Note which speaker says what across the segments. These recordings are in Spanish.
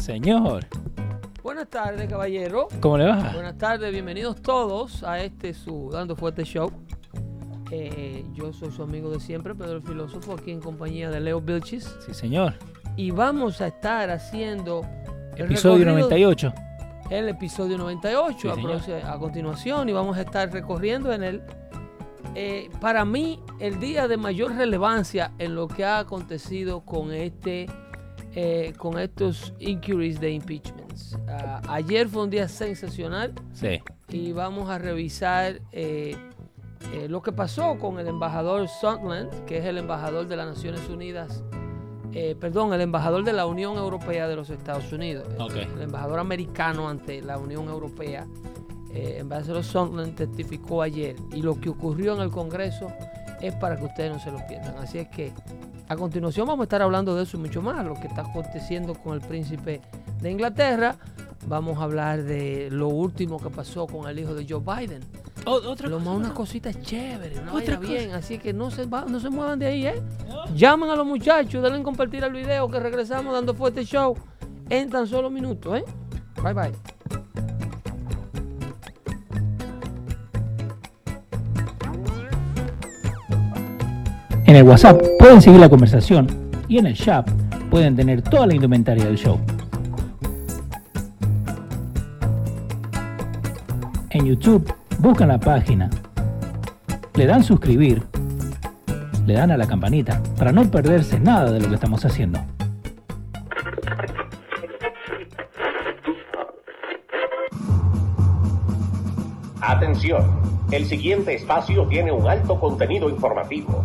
Speaker 1: Señor,
Speaker 2: Buenas tardes, caballero.
Speaker 1: ¿cómo le va?
Speaker 2: Buenas tardes, bienvenidos todos a este su Dando Fuerte Show. Eh, yo soy su amigo de siempre, Pedro el Filósofo, aquí en compañía de Leo Vilchis.
Speaker 1: Sí, señor.
Speaker 2: Y vamos a estar haciendo el
Speaker 1: Episodio
Speaker 2: recorrido-
Speaker 1: 98.
Speaker 2: El episodio 98
Speaker 1: Sí,
Speaker 2: a,
Speaker 1: señor.
Speaker 2: proce- a continuación y vamos a estar recorriendo en el... eh, para mí, el día de mayor relevancia en lo que ha acontecido con este... eh, con estos inquiries de impeachments. Ah, ayer fue un día sensacional
Speaker 1: Sí.
Speaker 2: y vamos a revisar eh, eh, lo que pasó con el embajador Sondland, que es el embajador de las Naciones Unidas, eh, perdón, el embajador de la Unión Europea de los Estados Unidos, el-
Speaker 1: Ok.
Speaker 2: el, embajador americano ante la Unión Europea, eh, embajador Sondland testificó ayer y lo que ocurrió en el Congreso es para que ustedes no se lo pierdan. Así es que a continuación vamos a estar hablando de eso y mucho más, lo que está aconteciendo con el príncipe de Inglaterra. Vamos a hablar de lo último que pasó con el hijo de Joe Biden.
Speaker 1: Otra
Speaker 2: Lo más unas cositas chéveres, una
Speaker 1: Otra
Speaker 2: vaina bien, así que no se, va- no se muevan de ahí, ¿eh? Llamen a los muchachos, denle compartir al video que regresamos dando fuerte show en tan solo minutos, ¿eh? Bye bye.
Speaker 1: En el WhatsApp pueden seguir la conversación y en el chat pueden tener toda la indumentaria del show. En YouTube buscan la página, le dan suscribir, le dan a la campanita para no perderse nada de lo que estamos haciendo.
Speaker 3: Atención, el siguiente espacio tiene un alto contenido informativo.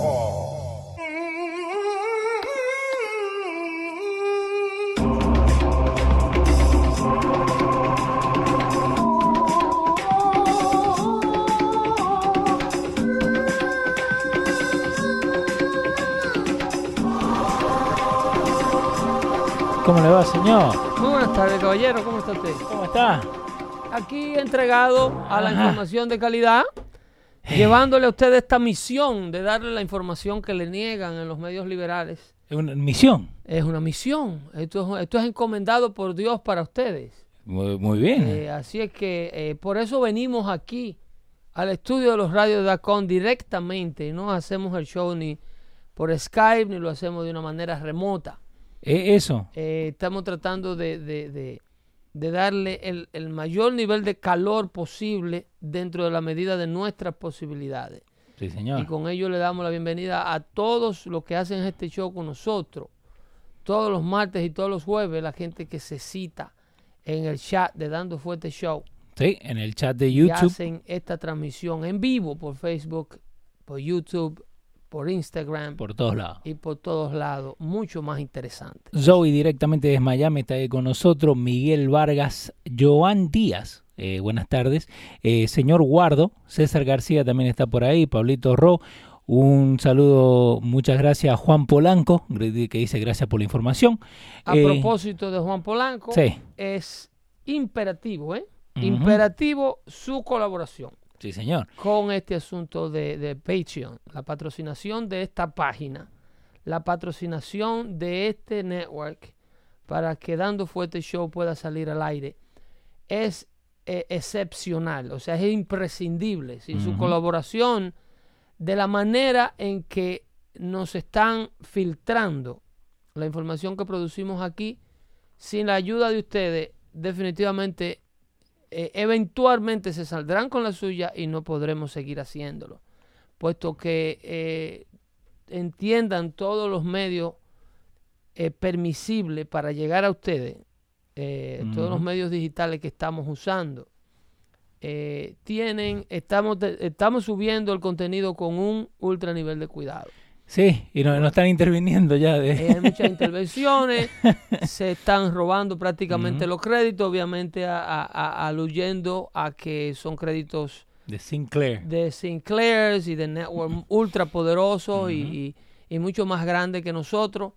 Speaker 1: ¿Cómo le va, señor?
Speaker 2: Muy buenas tardes, caballero, ¿cómo está usted?
Speaker 1: ¿Cómo está?
Speaker 2: Aquí entregado a la
Speaker 1: Ajá.
Speaker 2: información de calidad, llevándole a usted esta misión de darle la información que le niegan en los medios liberales.
Speaker 1: Es una misión.
Speaker 2: Es una misión, esto es- esto es encomendado por Dios para ustedes.
Speaker 1: Muy, muy bien.
Speaker 2: Eh, así es que eh, por eso venimos aquí al estudio de los radios de Dacon directamente y no hacemos el show ni por Skype ni lo hacemos de una manera remota.
Speaker 1: Eh, eso.
Speaker 2: Eh, estamos tratando de, de- de- de darle el, el mayor nivel de calor posible dentro de la medida de nuestras posibilidades.
Speaker 1: Sí,
Speaker 2: Y
Speaker 1: señor.
Speaker 2: con ello le damos la bienvenida a todos los que hacen este show con nosotros. Todos los martes y todos los jueves, la gente que se cita en el chat de Dando Fuerte Show.
Speaker 1: Sí, en el chat de
Speaker 2: que
Speaker 1: YouTube.
Speaker 2: hacen esta transmisión en vivo por Facebook, por YouTube, por Instagram
Speaker 1: Por todos lados.
Speaker 2: y por todos lados. Mucho más interesante.
Speaker 1: Zoe directamente desde Miami está ahí con nosotros. Miguel Vargas, Joan Díaz. eh, buenas tardes. Eh, señor Guardo, César García también está por ahí. Pablito Ro. Un saludo, muchas gracias a Juan Polanco, que dice gracias por la información.
Speaker 2: A
Speaker 1: Eh,
Speaker 2: propósito de Juan Polanco,
Speaker 1: Sí,
Speaker 2: es imperativo, ¿eh?
Speaker 1: Ujú.
Speaker 2: Imperativo su colaboración
Speaker 1: sí, señor.
Speaker 2: con este asunto de, de Patreon, la patrocinación de esta página, la patrocinación de este network para que Dando Fuerte Show pueda salir al aire. Es eh, excepcional, o sea, es imprescindible. Sin su
Speaker 1: Ujú.
Speaker 2: colaboración, de la manera en que nos están filtrando la información que producimos aquí, sin la ayuda de ustedes, definitivamente eh, eventualmente se saldrán con la suya y no podremos seguir haciéndolo. Puesto que eh, entiendan todos los medios eh, permisibles para llegar a ustedes, eh, todos los
Speaker 1: Ujú.
Speaker 2: medios digitales que estamos usando, eh, tienen, estamos, de- estamos subiendo el contenido con un ultra nivel de cuidado.
Speaker 1: Sí, y no, no están interviniendo ya. De...
Speaker 2: Eh, hay muchas intervenciones, se están robando prácticamente
Speaker 1: Ujú.
Speaker 2: los créditos, obviamente a- a- a- aluyendo a que son créditos
Speaker 1: De Sinclair.
Speaker 2: de Sinclairs y de Network ultra poderoso y, y- y mucho más grande que nosotros,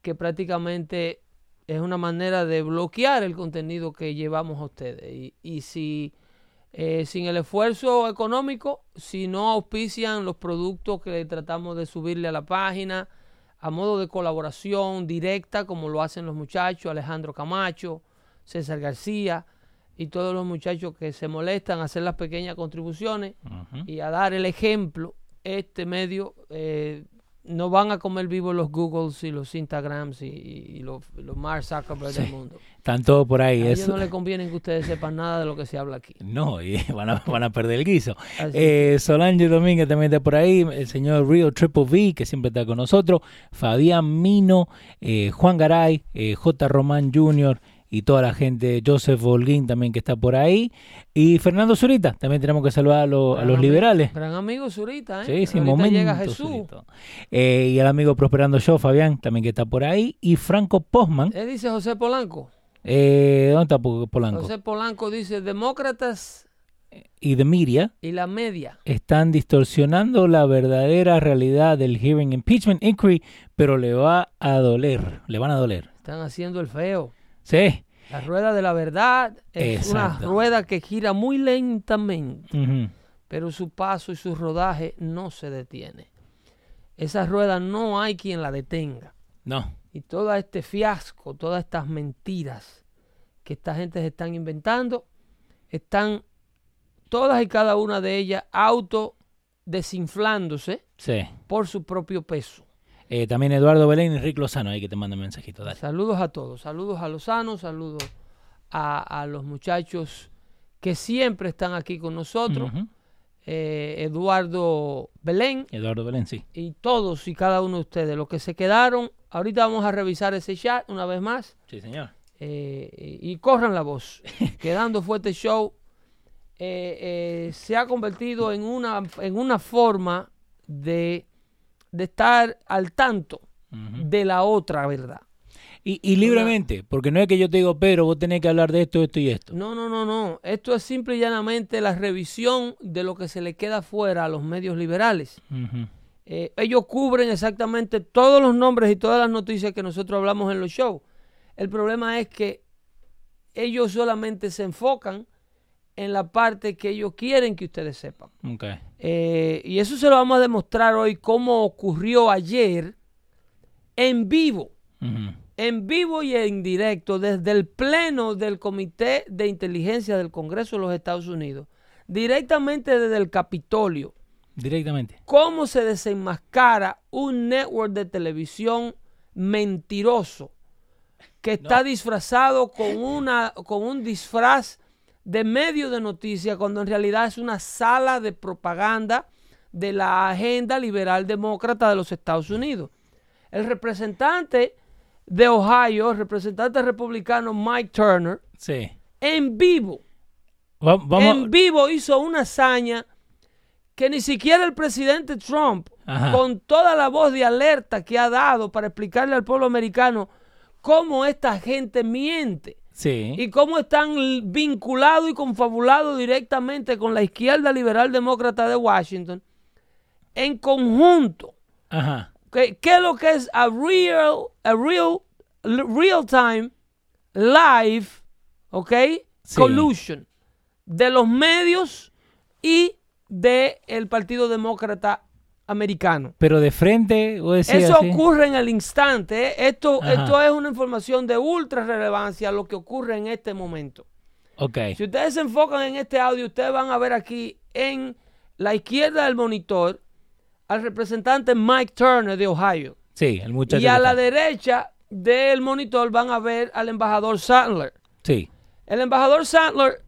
Speaker 2: que prácticamente es una manera de bloquear el contenido que llevamos a ustedes. Y, y si eh, sin el esfuerzo económico, si no auspician los productos que tratamos de subirle a la página, a modo de colaboración directa, como lo hacen los muchachos, Alejandro Camacho, César García y todos los muchachos que se molestan a hacer las pequeñas contribuciones
Speaker 1: Ujú.
Speaker 2: y a dar el ejemplo, este medio eh, no van a comer vivo los Googles y los Instagrams y, y- y los, los Mark Zuckerberg del
Speaker 1: Sí,
Speaker 2: mundo.
Speaker 1: Están todos por
Speaker 2: A
Speaker 1: ahí.
Speaker 2: ellos
Speaker 1: eso-
Speaker 2: Ah, no les conviene que ustedes sepan nada de lo que se habla aquí.
Speaker 1: No, y van a, van a perder el guiso.
Speaker 2: Así
Speaker 1: Eh, Solange Domínguez también está por ahí. El señor Rio Triple V, que siempre está con nosotros. Fabián Mino, eh, Juan Garay, eh, J. Román Jr. y toda la gente. Joseph Holguín también que está por ahí. Y Fernando Zurita, también tenemos que saludar a, los- a
Speaker 2: Gran
Speaker 1: los
Speaker 2: ami-
Speaker 1: liberales.
Speaker 2: Gran amigo Zurita, ¿eh?
Speaker 1: Sí, sin
Speaker 2: Ah, Ahorita
Speaker 1: momento.
Speaker 2: llega Jesús.
Speaker 1: Zurita. Eh, y el amigo Prosperando Show, Fabián, también que está por ahí. Y Franco Postman.
Speaker 2: Él dice José Polanco.
Speaker 1: Eh, ¿Dónde está Po- Polanco?
Speaker 2: José Polanco dice, demócratas
Speaker 1: Y de Miria.
Speaker 2: y la media.
Speaker 1: están distorsionando la verdadera realidad del hearing impeachment inquiry, pero le va a doler, le van a doler.
Speaker 2: Están haciendo el feo.
Speaker 1: Sí.
Speaker 2: La rueda de la verdad es
Speaker 1: Exacto.
Speaker 2: una rueda que gira muy lentamente,
Speaker 1: Ujú.
Speaker 2: pero su paso y su rodaje no se detiene. Esa rueda no hay quien la detenga.
Speaker 1: No.
Speaker 2: Y todo este fiasco, todas estas mentiras que esta gente se están inventando, están todas y cada una de ellas auto desinflándose
Speaker 1: Sí.
Speaker 2: por su propio peso.
Speaker 1: Eh, también Eduardo Belén y Rick Lozano, ahí que te mandan mensajito. Dale.
Speaker 2: Saludos a todos, saludos a Lozano, saludos a, a los muchachos que siempre están aquí con nosotros,
Speaker 1: Ujú.
Speaker 2: eh, Eduardo Belén
Speaker 1: Eduardo Belén, sí.
Speaker 2: y todos y cada uno de ustedes, los que se quedaron. Ahorita vamos a revisar ese chat una vez más
Speaker 1: Sí, señor.
Speaker 2: eh, y y corran la voz. Quedando fuerte show eh, eh, se ha convertido en una, en una forma de, de estar al tanto
Speaker 1: Ujú.
Speaker 2: de la otra verdad.
Speaker 1: y, y libremente, porque no es que yo te digo, Pedro, vos tenés que hablar de esto, esto y esto.
Speaker 2: No, no, no, no. Esto es simple y llanamente la revisión de lo que se le queda fuera a los medios liberales.
Speaker 1: Ujú.
Speaker 2: Eh, ellos cubren exactamente todos los nombres y todas las noticias que nosotros hablamos en los shows. El problema es que ellos solamente se enfocan en la parte que ellos quieren que ustedes sepan.
Speaker 1: Ok.
Speaker 2: Eh, y eso se lo vamos a demostrar hoy cómo ocurrió ayer en vivo
Speaker 1: Ujú.
Speaker 2: en vivo y en directo desde el Pleno del Comité de Inteligencia del Congreso de los Estados Unidos, directamente desde el Capitolio,
Speaker 1: Directamente.
Speaker 2: cómo se desenmascara un network de televisión mentiroso que está disfrazado con, una, con un disfraz de medio de noticia cuando en realidad es una sala de propaganda de la agenda liberal demócrata de los Estados Unidos. El representante de Ohio, el representante republicano Mike Turner,
Speaker 1: Sí.
Speaker 2: en vivo
Speaker 1: Va- vamos.
Speaker 2: en vivo hizo una hazaña que ni siquiera el presidente Trump,
Speaker 1: Ajá.
Speaker 2: con toda la voz de alerta que ha dado para explicarle al pueblo americano cómo esta gente miente
Speaker 1: Sí.
Speaker 2: y cómo están l- vinculados y confabulados directamente con la izquierda liberal demócrata de Washington, en conjunto.
Speaker 1: Ajá.
Speaker 2: ¿Qué, qué es lo que es a real, a real, l- real time live, ok?
Speaker 1: Sí.
Speaker 2: Collusion de los medios y del el Partido Demócrata Americano.
Speaker 1: Pero de frente, vos decías.
Speaker 2: Eso
Speaker 1: sí.
Speaker 2: ocurre en el instante. ¿eh? Esto,
Speaker 1: Ajá.
Speaker 2: esto es una información de ultra relevancia lo que ocurre en este momento.
Speaker 1: Ok.
Speaker 2: Si ustedes se enfocan en este audio, ustedes van a ver aquí en la izquierda del monitor al representante Mike Turner de Ohio.
Speaker 1: Sí, el muchacho.
Speaker 2: Y a
Speaker 1: que
Speaker 2: la
Speaker 1: está.
Speaker 2: derecha del monitor van a ver al embajador Sandler.
Speaker 1: Sí.
Speaker 2: El embajador Sandler,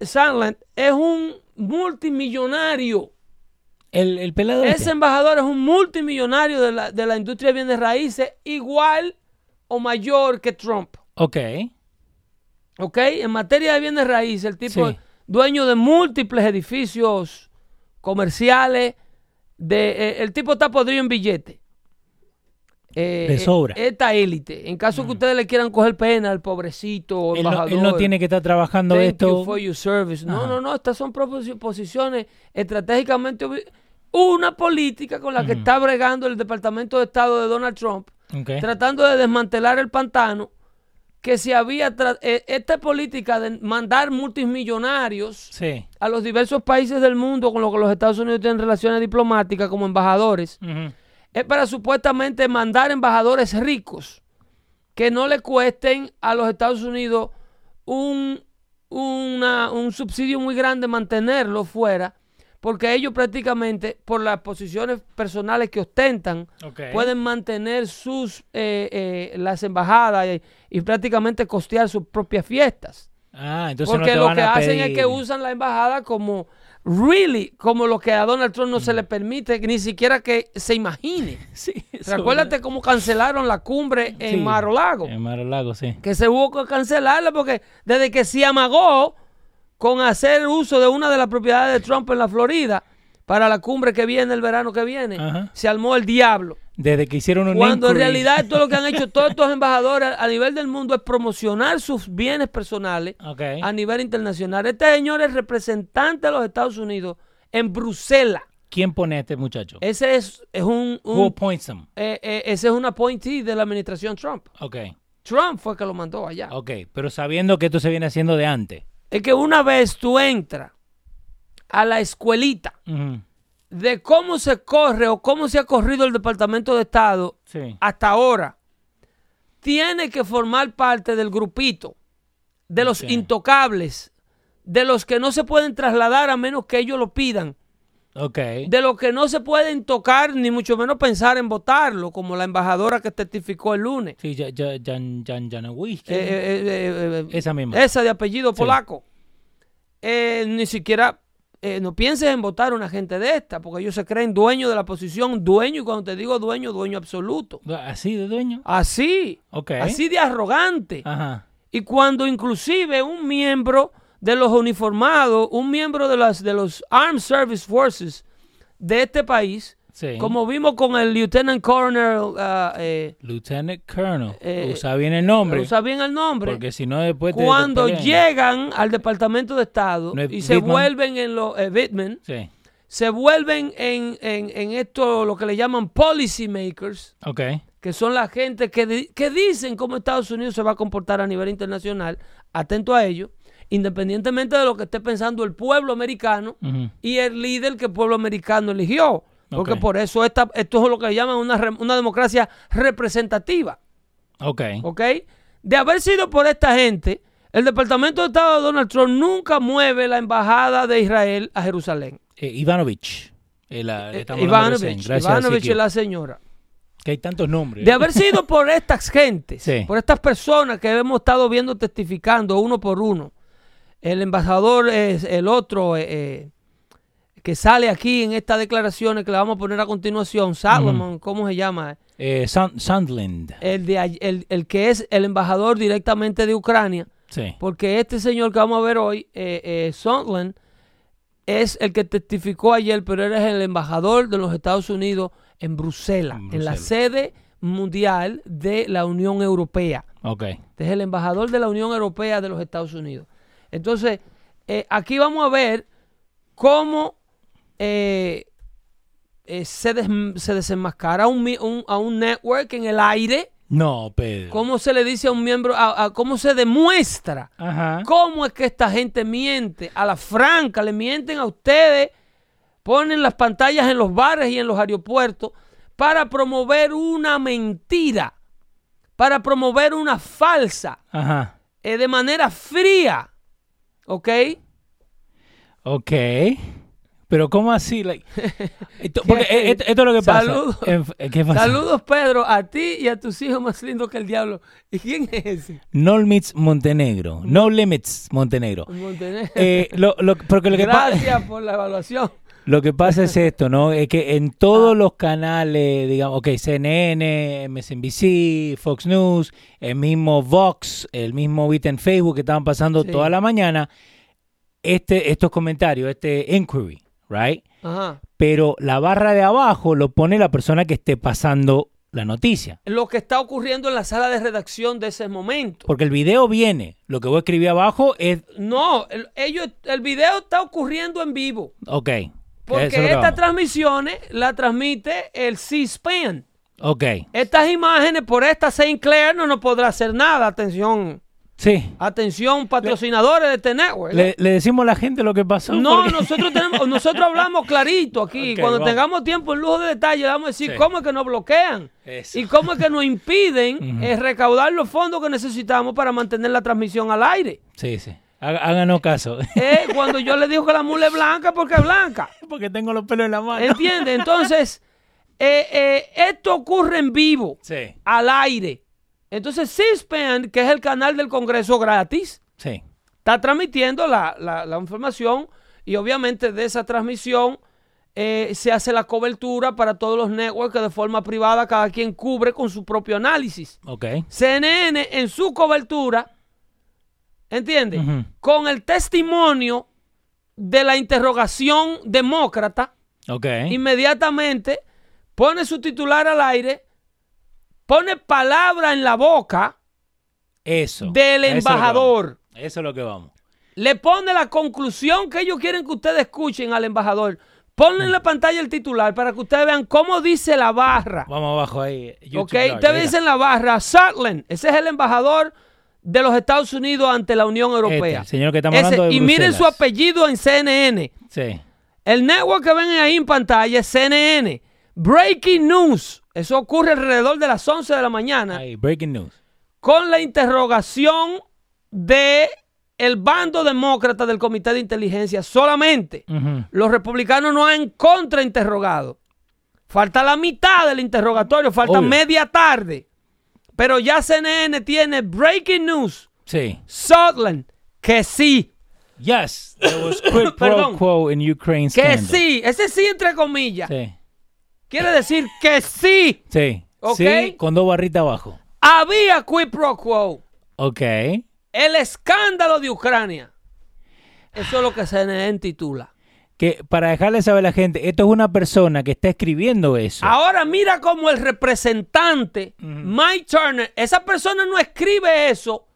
Speaker 2: Sandler es un multimillonario.
Speaker 1: El, el pelado.
Speaker 2: Ese
Speaker 1: este.
Speaker 2: embajador es un multimillonario de la, de la industria de bienes raíces, igual o mayor que Trump.
Speaker 1: Ok.
Speaker 2: ¿Ok? En materia de bienes raíces, el tipo
Speaker 1: Sí.
Speaker 2: dueño de múltiples edificios comerciales. De, eh, el tipo está podrido en billete. Eh,
Speaker 1: De
Speaker 2: eh,
Speaker 1: sobra. Mm.
Speaker 2: Esta élite. En caso que ustedes le quieran coger pena al pobrecito o
Speaker 1: Él no,
Speaker 2: embajador.
Speaker 1: él no tiene que estar trabajando
Speaker 2: Thank
Speaker 1: esto.
Speaker 2: you for your service. No,
Speaker 1: Ajá.
Speaker 2: no, no. Estas son proposi- posiciones estratégicamente. obli- Una política con la que
Speaker 1: Ujú.
Speaker 2: está bregando el Departamento de Estado de Donald Trump,
Speaker 1: Ok.
Speaker 2: tratando de desmantelar el pantano que se había. tra- eh, Esta política de mandar multimillonarios
Speaker 1: Sí.
Speaker 2: a los diversos países del mundo con los que los Estados Unidos tienen relaciones diplomáticas como embajadores
Speaker 1: Ujú.
Speaker 2: es para supuestamente mandar embajadores ricos que no le cuesten a los Estados Unidos un, una- un subsidio muy grande mantenerlo fuera, porque ellos prácticamente, por las posiciones personales que ostentan,
Speaker 1: Ok.
Speaker 2: pueden mantener sus eh, eh, las embajadas y, y prácticamente costear sus propias fiestas.
Speaker 1: Ah, entonces no
Speaker 2: Porque
Speaker 1: te
Speaker 2: lo
Speaker 1: van
Speaker 2: que
Speaker 1: a
Speaker 2: hacen es
Speaker 1: pedir.
Speaker 2: que usan la embajada como really, como lo que a Donald Trump no se
Speaker 1: Mm.
Speaker 2: le permite, ni siquiera que se imagine.
Speaker 1: Sí, eso,
Speaker 2: Recuérdate cómo cancelaron la cumbre
Speaker 1: ¿verdad?
Speaker 2: en
Speaker 1: Sí,
Speaker 2: Mar-o-Lago.
Speaker 1: En Mar-o-Lago, sí.
Speaker 2: Que se hubo que cancelarla porque desde que se amagó con hacer uso de una de las propiedades de Trump en la Florida para la cumbre que viene, el verano que viene,
Speaker 1: Ajá.
Speaker 2: se armó el diablo.
Speaker 1: Desde que hicieron un
Speaker 2: Cuando en
Speaker 1: inquiry.
Speaker 2: realidad todo lo que han hecho todos estos embajadores a nivel del mundo es promocionar sus bienes personales
Speaker 1: Ok.
Speaker 2: a nivel internacional. Este señor es representante de los Estados Unidos en Bruselas.
Speaker 1: ¿Quién pone a este muchacho?
Speaker 2: Ese es, es un, un-
Speaker 1: Who points him?
Speaker 2: eh, eh, ese es un appointee de la administración Trump.
Speaker 1: Ok.
Speaker 2: Trump fue el que lo mandó allá.
Speaker 1: Ok. Pero sabiendo que esto se viene haciendo de antes.
Speaker 2: Es que una vez tú entras a la escuelita
Speaker 1: Ujú.
Speaker 2: de cómo se corre o cómo se ha corrido el Departamento de Estado
Speaker 1: Sí.
Speaker 2: hasta ahora, tiene que formar parte del grupito de los
Speaker 1: Ok.
Speaker 2: intocables, de los que no se pueden trasladar a menos que ellos lo pidan.
Speaker 1: Ok.
Speaker 2: de lo que no se pueden tocar, ni mucho menos pensar en votarlo, como la embajadora que testificó el lunes.
Speaker 1: Sí, ya, ya, Jan, Jan, Janowicz.
Speaker 2: Eh, eh, eh, eh, eh,
Speaker 1: Esa misma.
Speaker 2: Esa de apellido polaco. Eh, ni siquiera, eh, no pienses en votar a una gente de esta, porque ellos se creen dueños de la posición, dueño, y cuando te digo dueño, dueño absoluto.
Speaker 1: Ah, Así de dueño.
Speaker 2: Así,
Speaker 1: Ok. Ah.
Speaker 2: así de arrogante.
Speaker 1: Ajá.
Speaker 2: Y cuando inclusive un miembro de los uniformados, un miembro de, las, de los Armed Service Forces de este país,
Speaker 1: Sí.
Speaker 2: como vimos con el Lieutenant Colonel, ah, eh,
Speaker 1: Lieutenant Colonel.
Speaker 2: Eh,
Speaker 1: Usa bien el nombre.
Speaker 2: usa bien el nombre,
Speaker 1: Porque si no, después Pues, te- te
Speaker 2: cuando
Speaker 1: pelean.
Speaker 2: llegan al Departamento de Estado
Speaker 1: No es
Speaker 2: y se
Speaker 1: Bittman.
Speaker 2: vuelven en los eh, Bittman,
Speaker 1: Sí.
Speaker 2: se vuelven en, en, en esto, lo que le llaman policy makers,
Speaker 1: Ok.
Speaker 2: que son la gente que, di- que dicen cómo Estados Unidos se va a comportar a nivel internacional, atento a ello, independientemente de lo que esté pensando el pueblo americano
Speaker 1: Ujú.
Speaker 2: y el líder que el pueblo americano eligió. Porque
Speaker 1: Ok.
Speaker 2: por eso esta, esto es lo que llaman una, re- una democracia representativa.
Speaker 1: Ok.
Speaker 2: ¿Ok? De haber sido por esta gente, el Departamento de Estado de Donald Trump nunca mueve la embajada de Israel a Jerusalén.
Speaker 1: Eh, Ivanovich. Eh, la- le
Speaker 2: Eh,
Speaker 1: estamos hablando recién.
Speaker 2: Ivanovich,
Speaker 1: Gracias,
Speaker 2: Ivanovich
Speaker 1: Ezequiel.
Speaker 2: es la señora.
Speaker 1: Que hay tantos nombres.
Speaker 2: De haber sido por estas gentes,
Speaker 1: Sí.
Speaker 2: por estas personas que hemos estado viendo testificando uno por uno. El embajador es el otro eh, eh, que sale aquí en estas declaraciones que le vamos a poner a continuación. Salomon, ¿cómo se llama?
Speaker 1: Eh, Sun- Sundland.
Speaker 2: El, de, all- el, el que es el embajador directamente de Ucrania.
Speaker 1: Sí.
Speaker 2: Porque este señor que vamos a ver hoy, eh, eh, Sondland, es el que testificó ayer, pero él es el embajador de los Estados Unidos en Bruselas,
Speaker 1: En
Speaker 2: en, la
Speaker 1: Bruselas.
Speaker 2: sede mundial de la Unión Europea.
Speaker 1: Ok.
Speaker 2: Este es el embajador de la Unión Europea de los Estados Unidos. Entonces, eh, aquí vamos a ver cómo eh, eh, se, des- se desenmascara un mi- un- a un network en el aire,
Speaker 1: No, Pedro.
Speaker 2: cómo se le dice a un miembro, a- a- cómo se demuestra
Speaker 1: Ajá.
Speaker 2: ¿Cómo es que esta gente miente? A la franca, le mienten a ustedes, ponen las pantallas en los bares y en los aeropuertos para promover una mentira, para promover una falsa,
Speaker 1: Ajá.
Speaker 2: eh, de manera fría. ¿Ok?
Speaker 1: Ok. Pero ¿cómo así? Like, esto, porque, eh, esto, esto es lo que pasa.
Speaker 2: Saludos.
Speaker 1: En- eh, ¿Qué pasa?
Speaker 2: Saludos, Pedro, a ti y a tus hijos más lindos que el diablo. ¿Y quién es ese?
Speaker 1: No Limits Montenegro. No Limits Montenegro.
Speaker 2: Pues, Montenegro.
Speaker 1: Eh, lo, lo- porque lo que pasa...
Speaker 2: Gracias por la evaluación.
Speaker 1: Lo que pasa es esto, ¿no? Es que en todos
Speaker 2: Ah.
Speaker 1: los canales, digamos, ok, CNN, MSNBC, Fox News, el mismo Vox, el mismo bit en Facebook que estaban pasando
Speaker 2: Sí.
Speaker 1: toda la mañana, este, estos comentarios, este inquiry, right?
Speaker 2: Ajá.
Speaker 1: Pero la barra de abajo lo pone la persona que esté pasando la noticia.
Speaker 2: Lo que está ocurriendo en la sala de redacción de ese momento.
Speaker 1: Porque el video viene. Lo que voy a escribir abajo es.
Speaker 2: No, el- ellos, el video está ocurriendo en vivo.
Speaker 1: Ok.
Speaker 2: Porque
Speaker 1: Eso es lo que
Speaker 2: estas
Speaker 1: vamos.
Speaker 2: transmisiones las transmite el C-SPAN.
Speaker 1: Ok.
Speaker 2: Estas imágenes por esta Sinclair no nos podrá hacer nada. Atención,
Speaker 1: Sí.
Speaker 2: atención, patrocinadores de este network.
Speaker 1: Le, le decimos a la gente lo que pasó.
Speaker 2: no,
Speaker 1: porque-
Speaker 2: nosotros tenemos, nosotros hablamos clarito aquí.
Speaker 1: Ok,
Speaker 2: Cuando
Speaker 1: vamos.
Speaker 2: tengamos tiempo en lujo de detalle, vamos a decir
Speaker 1: Sí.
Speaker 2: cómo es que nos bloquean
Speaker 1: Eso.
Speaker 2: y cómo es que nos impiden eh, recaudar los fondos que necesitamos para mantener la transmisión al aire.
Speaker 1: Sí, sí. Há- Háganos caso.
Speaker 2: Eh, cuando yo le digo que la mula es blanca, porque es blanca.
Speaker 1: porque tengo los pelos en la mano.
Speaker 2: ¿Entiendes? Entonces, eh, eh, esto ocurre en vivo,
Speaker 1: Sí.
Speaker 2: al aire. Entonces, C-SPAN, que es el canal del Congreso gratis,
Speaker 1: Sí.
Speaker 2: está transmitiendo la, la- la información y obviamente de esa transmisión eh, se hace la cobertura para todos los networks que de forma privada cada quien cubre con su propio análisis.
Speaker 1: Ok.
Speaker 2: CNN en su cobertura, ¿entiendes?
Speaker 1: Ujú.
Speaker 2: Con el testimonio de la interrogación demócrata,
Speaker 1: Ok.
Speaker 2: inmediatamente pone su titular al aire, pone palabra en la boca
Speaker 1: Eso.
Speaker 2: del
Speaker 1: A eso es lo que vamos.
Speaker 2: embajador.
Speaker 1: Eso es lo que vamos.
Speaker 2: Le pone la conclusión que ellos quieren que ustedes escuchen al embajador. Ponle en la pantalla el titular para que ustedes vean cómo dice la barra.
Speaker 1: Vamos abajo ahí. YouTube
Speaker 2: ok,
Speaker 1: Dark,
Speaker 2: ustedes
Speaker 1: mira.
Speaker 2: dicen la barra. Sutherland, ese es el embajador de los Estados Unidos ante la Unión Europea.
Speaker 1: el Este, señor que estamos
Speaker 2: Ese-
Speaker 1: hablando de
Speaker 2: y miren
Speaker 1: Bruselas.
Speaker 2: su apellido en CNN.
Speaker 1: Sí.
Speaker 2: El network que ven ahí en pantalla es CNN. Breaking News. Eso ocurre alrededor de las 11 de la mañana
Speaker 1: Ahí, breaking news.
Speaker 2: con la interrogación de el bando demócrata del Comité de Inteligencia solamente.
Speaker 1: Ujú.
Speaker 2: Los republicanos no han contrainterrogado. Falta la mitad del interrogatorio, falta
Speaker 1: Obvio.
Speaker 2: media tarde. Pero ya CNN tiene breaking news.
Speaker 1: Sí.
Speaker 2: Sutherland, que sí,
Speaker 1: Yes, there was quid pro
Speaker 2: Perdón.
Speaker 1: quo in Ukraine
Speaker 2: que
Speaker 1: scandal.
Speaker 2: sí. Ese sí entre comillas.
Speaker 1: Sí.
Speaker 2: Quiere decir que sí.
Speaker 1: Sí.
Speaker 2: Ok.
Speaker 1: Sí, con dos barritas abajo.
Speaker 2: Había quid pro quo.
Speaker 1: Ok.
Speaker 2: El escándalo de Ucrania. Eso es lo que CNN titula.
Speaker 1: Que para dejarle saber a la gente, esto es una persona que está escribiendo eso.
Speaker 2: Ahora mira cómo el representante, Mike Turner, esa persona no escribe eso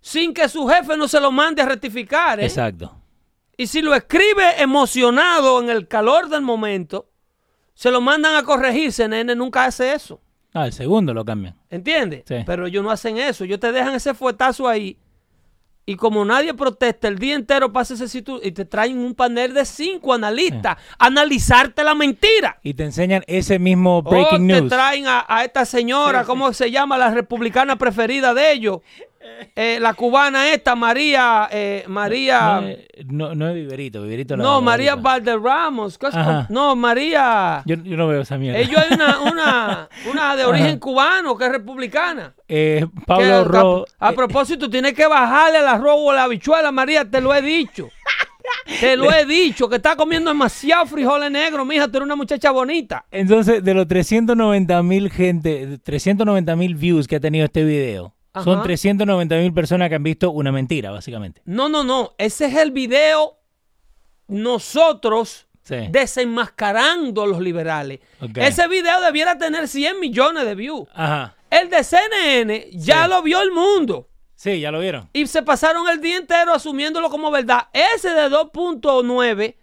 Speaker 2: sin que su jefe no se lo mande a rectificar. ¿eh?
Speaker 1: Exacto.
Speaker 2: Y si lo escribe emocionado en el calor del momento, se lo mandan a corregir. CNN nunca hace eso.
Speaker 1: Ah, el segundo lo cambian.
Speaker 2: ¿Entiendes?
Speaker 1: Sí.
Speaker 2: Pero ellos no hacen eso. Ellos te dejan ese fuetazo ahí. Y como nadie protesta, el día entero pasa ese sitio y te traen un panel de cinco analistas a analizarte la mentira.
Speaker 1: Y te enseñan ese mismo
Speaker 2: Oh,
Speaker 1: breaking
Speaker 2: te
Speaker 1: news.
Speaker 2: traen a, a esta señora, ¿cómo se llama? La republicana preferida de ellos. Eh, la cubana esta, María, eh, María,
Speaker 1: No, eh, no, no es Viverito, Viverito la
Speaker 2: no, María
Speaker 1: Barbarita.
Speaker 2: Valderramos. ¿Qué es-
Speaker 1: Ajá.
Speaker 2: No, María.
Speaker 1: Yo, yo no veo esa mierda.
Speaker 2: Ellos Eh, hay una, una, una de origen cubano que es republicana.
Speaker 1: Eh,
Speaker 2: Que
Speaker 1: Pablo
Speaker 2: a-
Speaker 1: Ro. eh,
Speaker 2: a, propósito, tienes que bajarle el arroz o la habichuela, María, te lo he dicho. Te lo he dicho, que está comiendo demasiado frijoles negros, mija, tú eres una muchacha bonita.
Speaker 1: Entonces, de los 390 mil gente, 390 mil views que ha tenido este video, son
Speaker 2: Ajá.
Speaker 1: 390 mil personas que han visto una mentira, básicamente.
Speaker 2: No, no, no. Ese es el video nosotros
Speaker 1: Sí.
Speaker 2: desenmascarando a los liberales.
Speaker 1: Ok.
Speaker 2: Ese video debiera tener 100 millones de views.
Speaker 1: Ajá.
Speaker 2: El de CNN ya lo vio el mundo.
Speaker 1: Sí, ya lo vieron.
Speaker 2: Y se pasaron el día entero asumiéndolo como verdad. Ese de 2.9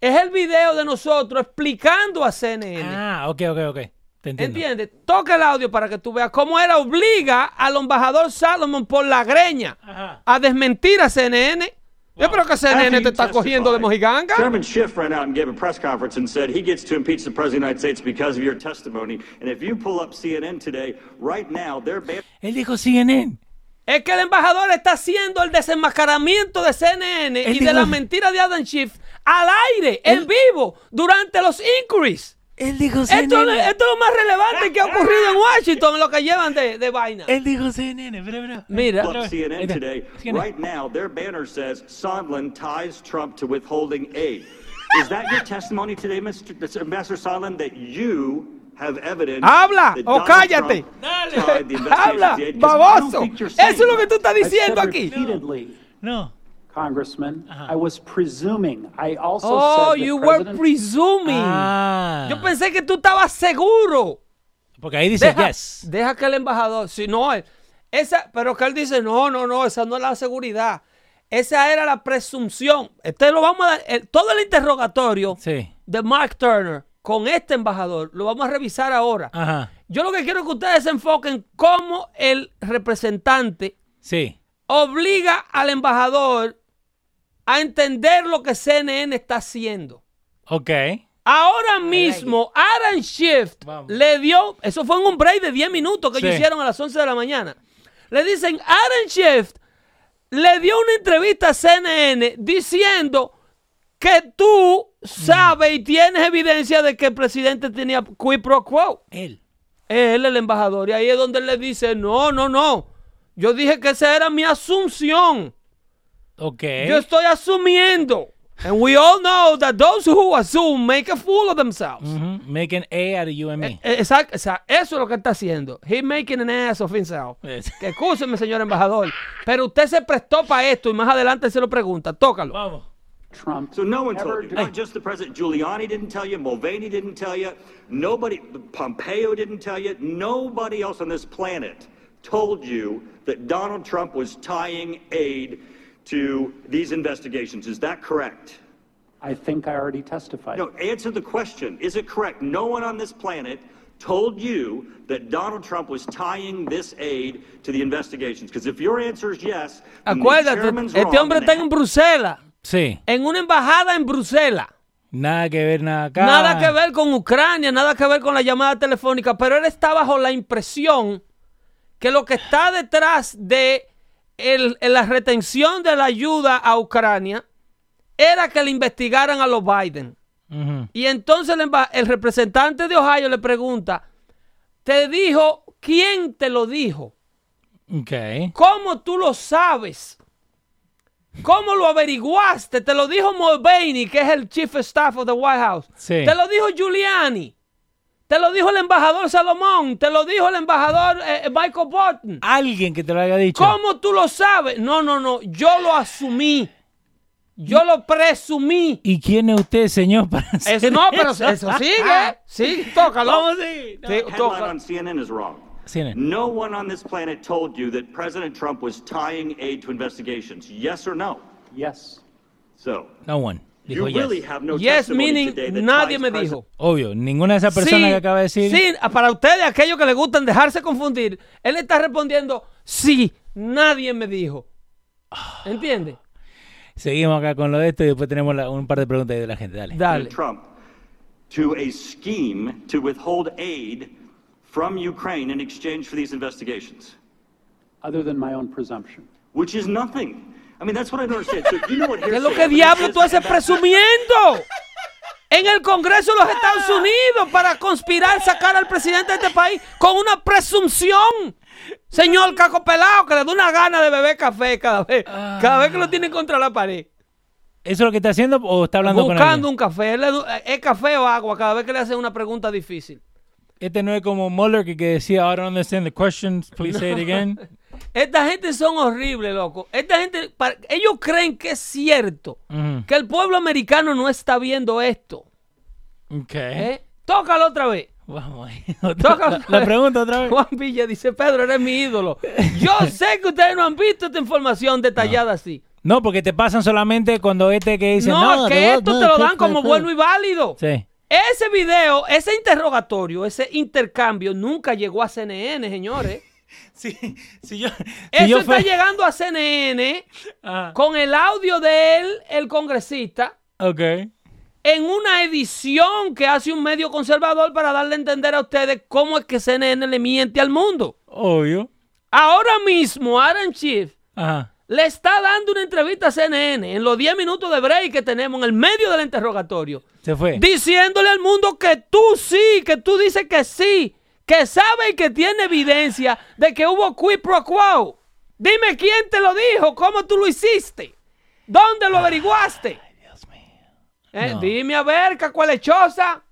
Speaker 2: es el video de nosotros explicando a CNN.
Speaker 1: Ah, ok, ok, ok. Te entiendo.
Speaker 2: ¿Entiendes? Toca el audio para que tú veas cómo era obliga al embajador Salomon por la greña
Speaker 1: Ajá.
Speaker 2: a desmentir a CNN. Yo creo que CNN te está cogiendo de mojiganga.
Speaker 4: Chairman Schiff ran out and gave a press conference and said he gets to impeach the president of the United States because of your testimony. And if you pull up CNN today, right now, they're ban-
Speaker 1: Él dijo CNN.
Speaker 2: Es que el embajador está haciendo el desenmascaramiento de CNN
Speaker 1: Él
Speaker 2: y
Speaker 1: dijo-
Speaker 2: de la mentira de Adam Schiff al aire, en vivo, durante los inquiries.
Speaker 1: Él dijo
Speaker 2: Esto, es- esto es lo más relevante que ha ocurrido en Washington, en lo que llevan de, de vaina.
Speaker 1: Él dijo CNN. Espera, espera.
Speaker 2: Mira,
Speaker 4: pull up CNN today.
Speaker 1: CNN.
Speaker 4: Right now, their banner says Sondland ties Trump to withholding aid. Is that your testimony today, Mr. Mr. Ambassador Sondland, that you have evidence?
Speaker 2: Habla
Speaker 4: that
Speaker 2: o
Speaker 4: Donald
Speaker 2: cállate.
Speaker 4: Trump
Speaker 1: Dale.
Speaker 4: tied the investigation
Speaker 2: habla,
Speaker 4: to the aid? 'Cause I don't
Speaker 2: baboso.
Speaker 4: think you're
Speaker 2: Eso es
Speaker 4: saying
Speaker 2: lo que tú
Speaker 4: that.
Speaker 2: estás
Speaker 4: I've said
Speaker 2: diciendo aquí.
Speaker 4: repeatedly,
Speaker 1: No.
Speaker 5: Congressman. I was presuming. I also
Speaker 2: Uh-huh. Oh,
Speaker 5: said that
Speaker 2: you were
Speaker 5: President-
Speaker 2: presuming.
Speaker 1: Ah,
Speaker 2: Yo pensé que tú estabas seguro.
Speaker 1: porque ahí dice
Speaker 2: Deja,
Speaker 1: yes.
Speaker 2: deja que el embajador, si no, él- esa, pero que él dice, no, no, no, esa no es la seguridad. Esa era la presunción. Este lo vamos a dar, el- todo el interrogatorio
Speaker 1: Sí.
Speaker 2: de Mark Turner con este embajador, lo vamos a revisar ahora.
Speaker 1: Ajá.
Speaker 2: Yo lo que quiero es que ustedes se enfoquen cómo el representante
Speaker 1: Sí.
Speaker 2: obliga al embajador a entender lo que CNN está haciendo.
Speaker 1: Ok.
Speaker 2: Ahora mismo, Aaron Shift
Speaker 1: Vamos.
Speaker 2: le dio, eso fue en un break de 10 minutos que ellos
Speaker 1: Sí.
Speaker 2: hicieron a las 11 de la mañana. Le dicen, Aaron Shift le dio una entrevista a CNN diciendo que tú
Speaker 1: Mm.
Speaker 2: sabes y tienes evidencia de que el presidente tenía quid pro quo.
Speaker 1: Él.
Speaker 2: Él, el embajador, y ahí es donde él le dice, no, no, no. Yo dije que esa era mi asunción.
Speaker 1: Ok.
Speaker 2: Yo estoy asumiendo. And we all know that those who assume make a fool of themselves.
Speaker 1: Ujú, Make an Mm, A out of you and me.
Speaker 2: Eh, Exacto, o sea, eso es lo que está haciendo. He making an ass of himself.
Speaker 1: Es-
Speaker 2: Que escúcheme, señor embajador, pero usted se prestó para esto y más adelante se lo pregunta. Tócalo.
Speaker 1: Vamos.
Speaker 5: Trump.
Speaker 4: So no one
Speaker 5: Never
Speaker 4: told you.
Speaker 5: do-
Speaker 4: Not just the president. Giuliani didn't tell you. Mulvaney didn't tell you. Nobody. Pompeo didn't tell you. Nobody else on this planet told you that Donald Trump was tying aid to these investigations. Is that correct?
Speaker 5: I think I already testified.
Speaker 4: No, answer the question. Is it correct? No one on this planet told you that Donald Trump was tying this aid to the investigations. Because if your answer is yes, then the
Speaker 2: Acuérdate,
Speaker 4: chairman's
Speaker 2: Ah, este
Speaker 4: wrong
Speaker 2: hombre
Speaker 4: and
Speaker 2: está en Bruselas,
Speaker 1: Sí.
Speaker 2: en una embajada en Bruselas.
Speaker 1: Nada que ver, nada acá.
Speaker 2: Nada que ver con Ucrania, nada que ver con la llamada telefónica, pero él está bajo la impresión que lo que está detrás de el- la retención de la ayuda a Ucrania era que le investigaran a los Biden.
Speaker 1: Ujú.
Speaker 2: Y entonces el, emba- el representante de Ohio le pregunta, ¿te dijo quién te lo dijo?
Speaker 1: Ok.
Speaker 2: ¿Cómo tú lo sabes? ¿Cómo lo averiguaste? Te lo dijo Mulvaney, que es el chief of staff of the White House.
Speaker 1: Sí.
Speaker 2: Te lo dijo Giuliani. Te lo dijo el embajador Salomón. Te lo dijo el embajador eh, Michael Bolton.
Speaker 1: Alguien que te lo haya dicho.
Speaker 2: ¿Cómo tú lo sabes? No, no, no. Yo lo asumí. Yo lo presumí.
Speaker 1: ¿Y quién es usted, señor? Para hacer
Speaker 2: Eso no, pero
Speaker 1: eso?
Speaker 2: eso sigue. Sí, tócalo.
Speaker 1: Vamos, sí. No.
Speaker 2: Sí,
Speaker 4: The headline
Speaker 2: tócalo.
Speaker 4: on CNN is wrong.
Speaker 1: CNN.
Speaker 4: No one on this planet told you that President Trump was tying aid to investigations. Yes or no?
Speaker 5: Yes.
Speaker 4: So
Speaker 1: No one. Dijo
Speaker 4: you really
Speaker 1: yes.
Speaker 4: have no
Speaker 2: Yes,
Speaker 4: testimony
Speaker 2: meaning
Speaker 4: today that
Speaker 2: nadie
Speaker 4: ties
Speaker 2: me
Speaker 4: President-
Speaker 2: dijo.
Speaker 1: Obvio, ninguna de esas personas
Speaker 2: Sí,
Speaker 1: que acaba de decir.
Speaker 2: Sí, para ustedes, aquellos que les gustan dejarse confundir, él está respondiendo, sí, nadie me dijo. ¿Entiendes?
Speaker 1: Seguimos acá con lo de esto y después tenemos la- un par de preguntas de la gente. Dale.
Speaker 2: Dale.
Speaker 4: Trump to a scheme to withhold aid from Ukraine in exchange for these investigations,
Speaker 5: Other than my own presumption.
Speaker 4: which is nothing. I mean, that's what I don't understand. So you know what
Speaker 2: ¿Qué
Speaker 4: hearsay
Speaker 2: es lo que
Speaker 4: evidence
Speaker 2: diablo
Speaker 4: is,
Speaker 2: tú haces
Speaker 4: and that's-
Speaker 2: presumiendo? En el Congreso de los Estados Unidos para conspirar, sacar al presidente de este país con una presunción. Señor Caco Pelado, que le da una gana de beber café cada vez. Cada vez que lo tienen contra la pared.
Speaker 1: ¿Eso es lo que está haciendo o está hablando con
Speaker 2: Buscando
Speaker 1: alguien?
Speaker 2: un café. Él le da- eh, ¿Es café o agua? Cada vez que le hacen una pregunta difícil.
Speaker 1: Este no es como Mueller que, que decía, I don't understand the questions, please say it again.
Speaker 2: Esta gente son horribles, loco. Esta gente, para- ellos creen que es cierto
Speaker 1: Ujú.
Speaker 2: que el pueblo americano no está viendo esto.
Speaker 1: Ok.
Speaker 2: ¿eh? Tócalo otra vez.
Speaker 1: Vamos ahí. Otra-
Speaker 2: Tócalo
Speaker 1: la, la pregunta otra vez.
Speaker 2: Juan Villa dice, Pedro, eres mi ídolo. Yo sé que ustedes no han visto esta información detallada así.
Speaker 1: No, porque te pasan solamente cuando este que dice,
Speaker 2: no,
Speaker 1: no,
Speaker 2: es que esto te lo dan como bueno y válido.
Speaker 1: Sí.
Speaker 2: Ese video, ese interrogatorio, ese intercambio nunca llegó a CNN, señores.
Speaker 1: Sí, si yo,
Speaker 2: Eso
Speaker 1: si yo
Speaker 2: está
Speaker 1: fue-
Speaker 2: llegando a CNN
Speaker 1: Ah,
Speaker 2: con el audio de él, el congresista,
Speaker 1: ok.
Speaker 2: en una edición que hace un medio conservador para darle a entender a ustedes cómo es que CNN le miente al mundo.
Speaker 1: Obvio.
Speaker 2: Ahora mismo, Aaron Schiff
Speaker 1: Ajá.
Speaker 2: le está dando una entrevista a CNN en los 10 minutos de break que tenemos en el medio del interrogatorio,
Speaker 1: Se fue.
Speaker 2: diciéndole al mundo que tú sí, que tú dices que sí, que sabe y que tiene evidencia de que hubo quid pro quo. Dime quién te lo dijo, cómo tú lo hiciste, dónde lo averiguaste.
Speaker 1: Ah. Dios mío.
Speaker 2: Eh,
Speaker 1: No.
Speaker 2: Dime a ver, cacuelechosa.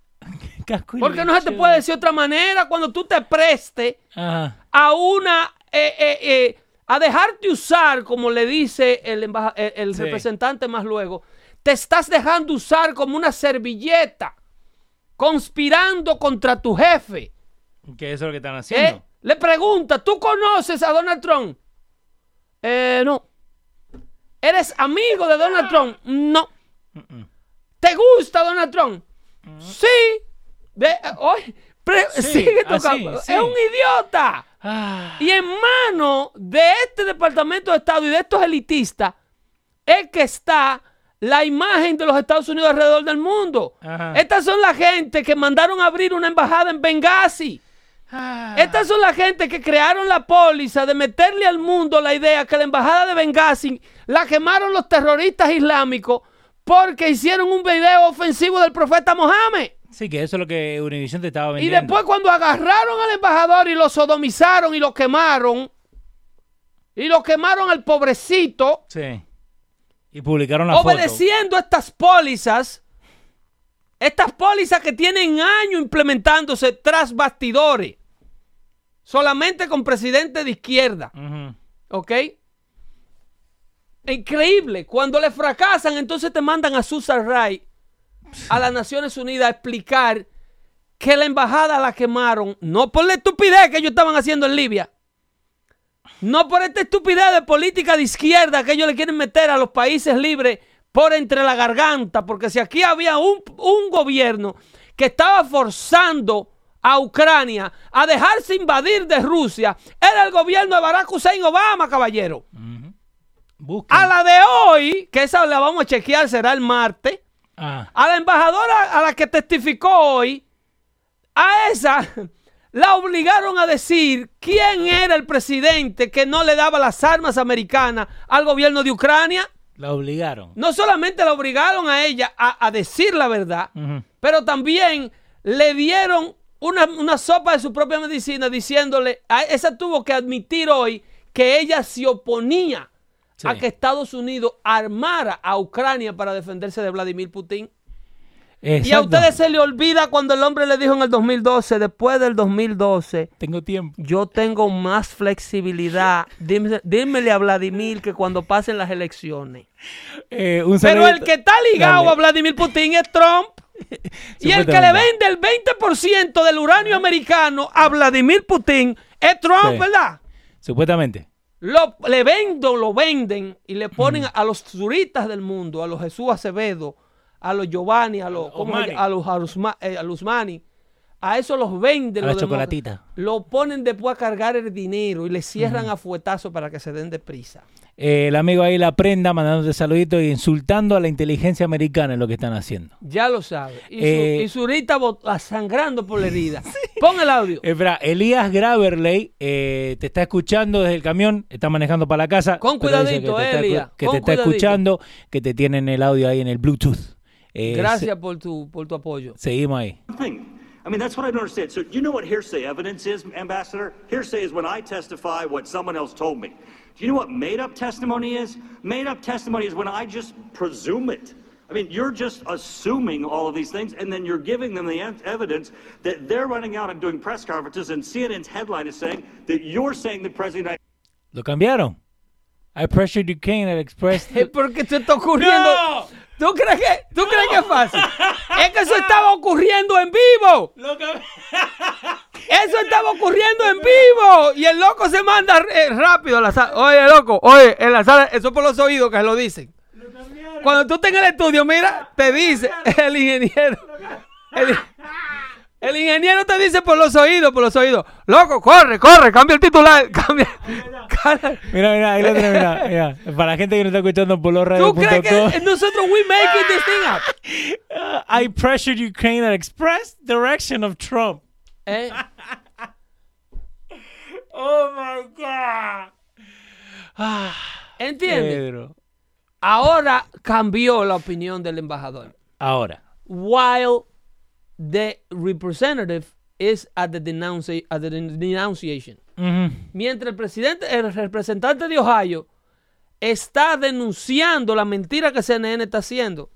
Speaker 1: Casco y
Speaker 2: Porque no se te
Speaker 1: leche.
Speaker 2: puede decir de otra manera cuando tú te prestes
Speaker 1: Ajá.
Speaker 2: a una eh, eh, eh, a dejarte usar, como le dice el, embaja- el- el
Speaker 6: Sí.
Speaker 2: representante más luego, te estás dejando usar como una servilleta, conspirando contra tu jefe.
Speaker 6: Que eso es lo que están
Speaker 2: ¿eh?
Speaker 6: haciendo.
Speaker 2: Le pregunta, ¿tú conoces a Donald Trump? Eh, no. ¿Eres amigo de Donald Trump? No. ¿Te gusta Donald Trump? Sí. Ve, eh, oye, pre-
Speaker 6: Mm. Sí,
Speaker 2: sigue
Speaker 6: así,
Speaker 2: tocando.
Speaker 6: sí.
Speaker 2: Es un idiota.
Speaker 6: Ah,
Speaker 2: Y en manos de este Departamento de Estado y de estos elitistas es que está la imagen de los Estados Unidos alrededor del mundo.
Speaker 6: Ajá.
Speaker 2: Estas son la gente que mandaron a abrir una embajada en Benghazi.
Speaker 6: ah.
Speaker 2: Estas son la gente que crearon la póliza de meterle al mundo la idea que la embajada de Benghazi la quemaron los terroristas islámicos porque hicieron un video ofensivo del profeta Mohammed.
Speaker 6: Sí, que eso es lo que Univision te estaba
Speaker 2: Y
Speaker 6: vendiendo.
Speaker 2: después cuando agarraron al embajador y lo sodomizaron y lo quemaron, y lo quemaron al pobrecito,
Speaker 6: Sí. Y publicaron la foto.
Speaker 2: obedeciendo estas pólizas, estas pólizas que tienen años implementándose tras bastidores, solamente con presidente de izquierda.
Speaker 6: Ujú.
Speaker 2: ¿Ok? Increíble. Cuando le fracasan, entonces te mandan a Susan Ray a las Naciones Unidas a explicar que la embajada la quemaron, no por la estupidez que ellos estaban haciendo en Libia, no por esta estupidez de política de izquierda que ellos le quieren meter a los países libres por entre la garganta, porque si aquí había un, un gobierno que estaba forzando a Ucrania a dejarse invadir de Rusia, era el gobierno de Barack Hussein Obama, caballero.
Speaker 6: Busquen.
Speaker 2: A la de hoy, que esa la vamos a chequear, será el martes.
Speaker 6: Ah,
Speaker 2: A la embajadora a la que testificó hoy, a esa la obligaron a decir quién era el presidente que no le daba las armas americanas al gobierno de Ucrania.
Speaker 6: la obligaron.
Speaker 2: No solamente la obligaron a ella a, a decir la verdad,
Speaker 6: Ujú.
Speaker 2: pero también le dieron una, una sopa de su propia medicina diciéndole, a esa tuvo que admitir hoy que ella se oponía
Speaker 6: Sí.
Speaker 2: a que Estados Unidos armara a Ucrania para defenderse de Vladimir Putin. Y a
Speaker 1: Exacto.
Speaker 2: ustedes se le olvida cuando el hombre le dijo en el 2012, después del 2012,
Speaker 1: Tengo tiempo.
Speaker 2: yo tengo más flexibilidad. Dime- dímele a Vladimir que cuando pasen las elecciones.
Speaker 1: Eh, un
Speaker 2: Pero el
Speaker 1: saludito.
Speaker 2: que está ligado
Speaker 1: Dale.
Speaker 2: a Vladimir Putin es Trump. Y el que le
Speaker 1: Supuestamente.
Speaker 2: vende el 20% del uranio americano a Vladimir Putin es Trump,
Speaker 1: Sí.
Speaker 2: ¿verdad?
Speaker 1: Supuestamente.
Speaker 2: Lo- le vendo, lo venden y le ponen a los turistas del mundo, a los Jesús Acevedo, a los Giovanni, a los, ¿cómo se
Speaker 6: Osmani.
Speaker 2: llama? a los Aruzma- eh, a los Usmani. A eso los venden.
Speaker 1: A
Speaker 2: los
Speaker 1: la
Speaker 2: demócratas.
Speaker 1: chocolatita.
Speaker 2: Lo ponen después a cargar el dinero y le cierran a fuetazo para que se den deprisa.
Speaker 1: Eh, el amigo ahí la prenda mandándote saluditos e insultando a la inteligencia americana en lo que están haciendo.
Speaker 2: Ya lo sabe. Y, su-
Speaker 1: Eh,
Speaker 2: y Zurita bot- ah, sangrando por la herida. Pon el audio.
Speaker 1: Espera, Elías Graverley eh, te está escuchando desde el camión, está manejando para la casa.
Speaker 2: Con
Speaker 1: pero dice
Speaker 2: cuidadito,
Speaker 1: que te
Speaker 2: eh,
Speaker 1: está, escu-
Speaker 2: Elías,
Speaker 1: Que
Speaker 2: con
Speaker 1: te está
Speaker 2: cuidadito.
Speaker 1: escuchando, que te tienen el audio ahí en el Bluetooth. Eh,
Speaker 2: Gracias por tu, por tu apoyo.
Speaker 1: se- seguimos ahí.
Speaker 4: thing. I mean, that's what I don't understand. So, you know what hearsay evidence is, Ambassador? Hearsay is when I testify what someone else told me. Do you know what made up testimony is? Made up testimony is when I just presume it. I mean, you're just assuming all of these things, and then you're giving them the en- evidence that they're running out and doing press conferences, and CNN's headline is saying that you're saying the president.
Speaker 1: Lo cambiaron. I pressured you Kane at Express.
Speaker 2: Es porque te está ocurriendo.
Speaker 6: ¡No!
Speaker 2: ¿Tú crees que, tú crees que es fácil? Es que eso estaba ocurriendo en vivo.
Speaker 6: Lo que-
Speaker 2: Eso estaba ocurriendo en vivo. Y el loco se manda eh, rápido a la sala. Oye, loco, oye, en la sala, eso por los oídos que se lo dicen. Cuando tú estés en el estudio, mira, te dice el ingeniero. El, el ingeniero te dice por los oídos, por los oídos. Loco, corre, corre, cambia el titular. Cambia.
Speaker 1: Mira, mira, ahí lo tenés, mira, mira. Para la gente que no está escuchando por los
Speaker 2: ¿Tú
Speaker 1: radios punto
Speaker 2: crees
Speaker 1: com,
Speaker 2: que nosotros we making this thing up?
Speaker 1: I pressured Ukraine at Express direction of Trump.
Speaker 2: ¿Eh?
Speaker 6: Oh my God.
Speaker 2: Ah, ¿Entiendes?
Speaker 1: Pedro.
Speaker 2: Ahora cambió la opinión del embajador.
Speaker 1: Ahora.
Speaker 2: While the representative is at the, denunci- at the den- denunciation. Mientras el presidente, el representante de Ohio está denunciando la mentira que CNN está haciendo,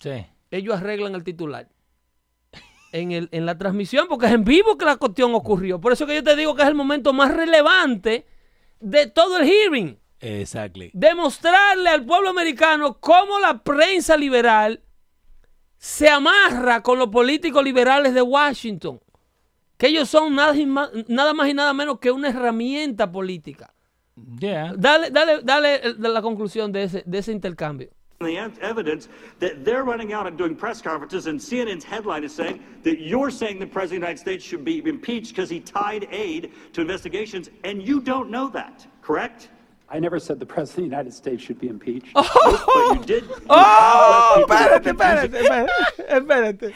Speaker 1: Sí.
Speaker 2: ellos arreglan el titular. En, el, en la transmisión, porque es en vivo que la cuestión ocurrió. Por eso que yo te digo que es el momento más relevante de todo el hearing.
Speaker 1: Exactly.
Speaker 2: demostrarle al pueblo americano cómo la prensa liberal se amarra con los políticos liberales de Washington, que ellos son nada, y ma- nada más y nada menos que una herramienta política.
Speaker 1: Yeah.
Speaker 2: Dale, dale, dale el- la conclusión de ese, de ese intercambio.
Speaker 4: And the ev- evidence that they're running out and doing press conferences, and CNN's headline is saying that you're saying the president of the United States should be impeached because he tied aid to investigations, and you don't know that, correct?
Speaker 5: I never said the president of the United States should be impeached.
Speaker 2: Oh.
Speaker 4: But you did.
Speaker 2: espérate, espérate, espérate, espérate,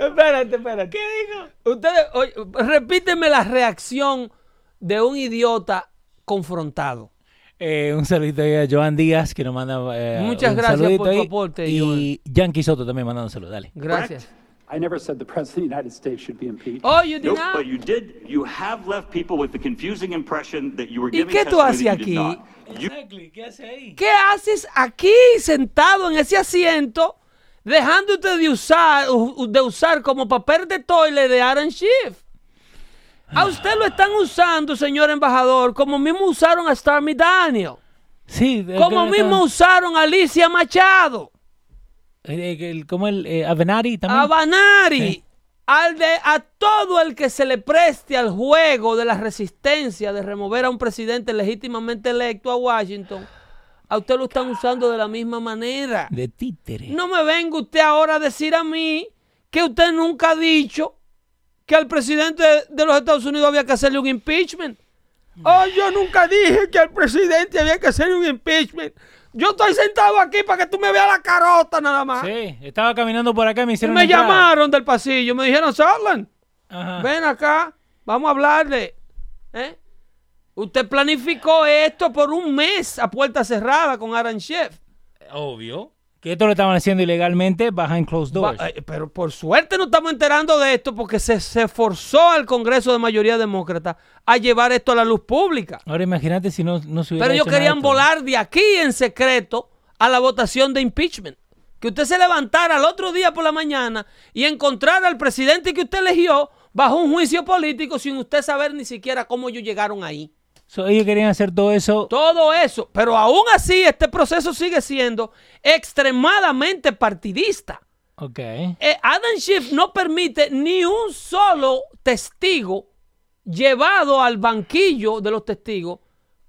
Speaker 2: espérate, espérate. ¿Qué dijo? Ustedes, oye, repíteme la reacción de un idiota confrontado.
Speaker 1: Eh, un saludito ahí a Joan Díaz que nos manda. eh,
Speaker 2: Muchas
Speaker 1: un
Speaker 2: gracias
Speaker 1: saludito
Speaker 2: por tu
Speaker 1: ahí.
Speaker 2: aporte,
Speaker 1: Y Yankee Soto también mandando un saludo. Dale.
Speaker 2: Gracias.
Speaker 5: I never said the president of the United States should be impeached.
Speaker 2: Oh, you did
Speaker 4: Nope,
Speaker 2: not.
Speaker 4: but you did. You have left people with the confusing impression that you were
Speaker 2: ¿Y
Speaker 4: giving
Speaker 2: qué tú
Speaker 4: testimony
Speaker 2: haces
Speaker 4: that you did
Speaker 2: aquí?
Speaker 4: not. You
Speaker 6: ¿Qué hace ahí?
Speaker 2: ¿Qué haces aquí sentado en ese asiento, dejándote de usar, u- de usar como papel de toile de Aaron Schiff? A usted lo están usando, señor embajador, como mismo usaron a Stormy Daniel,
Speaker 1: Sí. eh, de-
Speaker 2: como
Speaker 1: de-
Speaker 2: mismo usaron a Alicia Machado,
Speaker 1: eh, eh, el- como el eh, Avenari también.
Speaker 2: a Banari,
Speaker 1: Sí.
Speaker 2: al de, a todo el que se le preste al juego de la resistencia de remover a un presidente legítimamente electo a Washington. A usted lo están usando de la misma manera.
Speaker 1: de títere.
Speaker 2: No me venga usted ahora a decir a mí que usted nunca ha dicho que al presidente de los Estados Unidos había que hacerle un impeachment. Oh, yo nunca dije que al presidente había que hacerle un impeachment. Yo estoy sentado aquí para que tú me veas la carota nada más.
Speaker 1: Sí. Estaba caminando por acá y me
Speaker 2: Y
Speaker 1: hicieron.
Speaker 2: me
Speaker 1: una entrada.
Speaker 2: llamaron del pasillo, me dijeron, Sutherland,
Speaker 1: Ajá.
Speaker 2: ven acá, vamos a hablarle. ¿Eh? Usted planificó esto por un mes a puerta cerrada con Aaron Chef.
Speaker 1: Obvio. Que esto lo estaban haciendo ilegalmente behind closed doors.
Speaker 2: Va- eh, pero por suerte no estamos enterando de esto porque se, se forzó al Congreso de mayoría demócrata a llevar esto a la luz pública.
Speaker 1: Ahora imagínate si no, no se hubiera
Speaker 2: Pero ellos
Speaker 1: hecho nada
Speaker 2: querían
Speaker 1: de esto.
Speaker 2: volar de aquí en secreto a la votación de impeachment. Que usted se levantara al otro día por la mañana y encontrara al presidente que usted eligió bajo un juicio político sin usted saber ni siquiera cómo ellos llegaron ahí.
Speaker 1: So, ellos querían hacer todo eso.
Speaker 2: Todo eso. Pero aún así, este proceso sigue siendo extremadamente partidista.
Speaker 1: Ok.
Speaker 2: Eh, Adam Schiff no permite ni un solo testigo llevado al banquillo de los testigos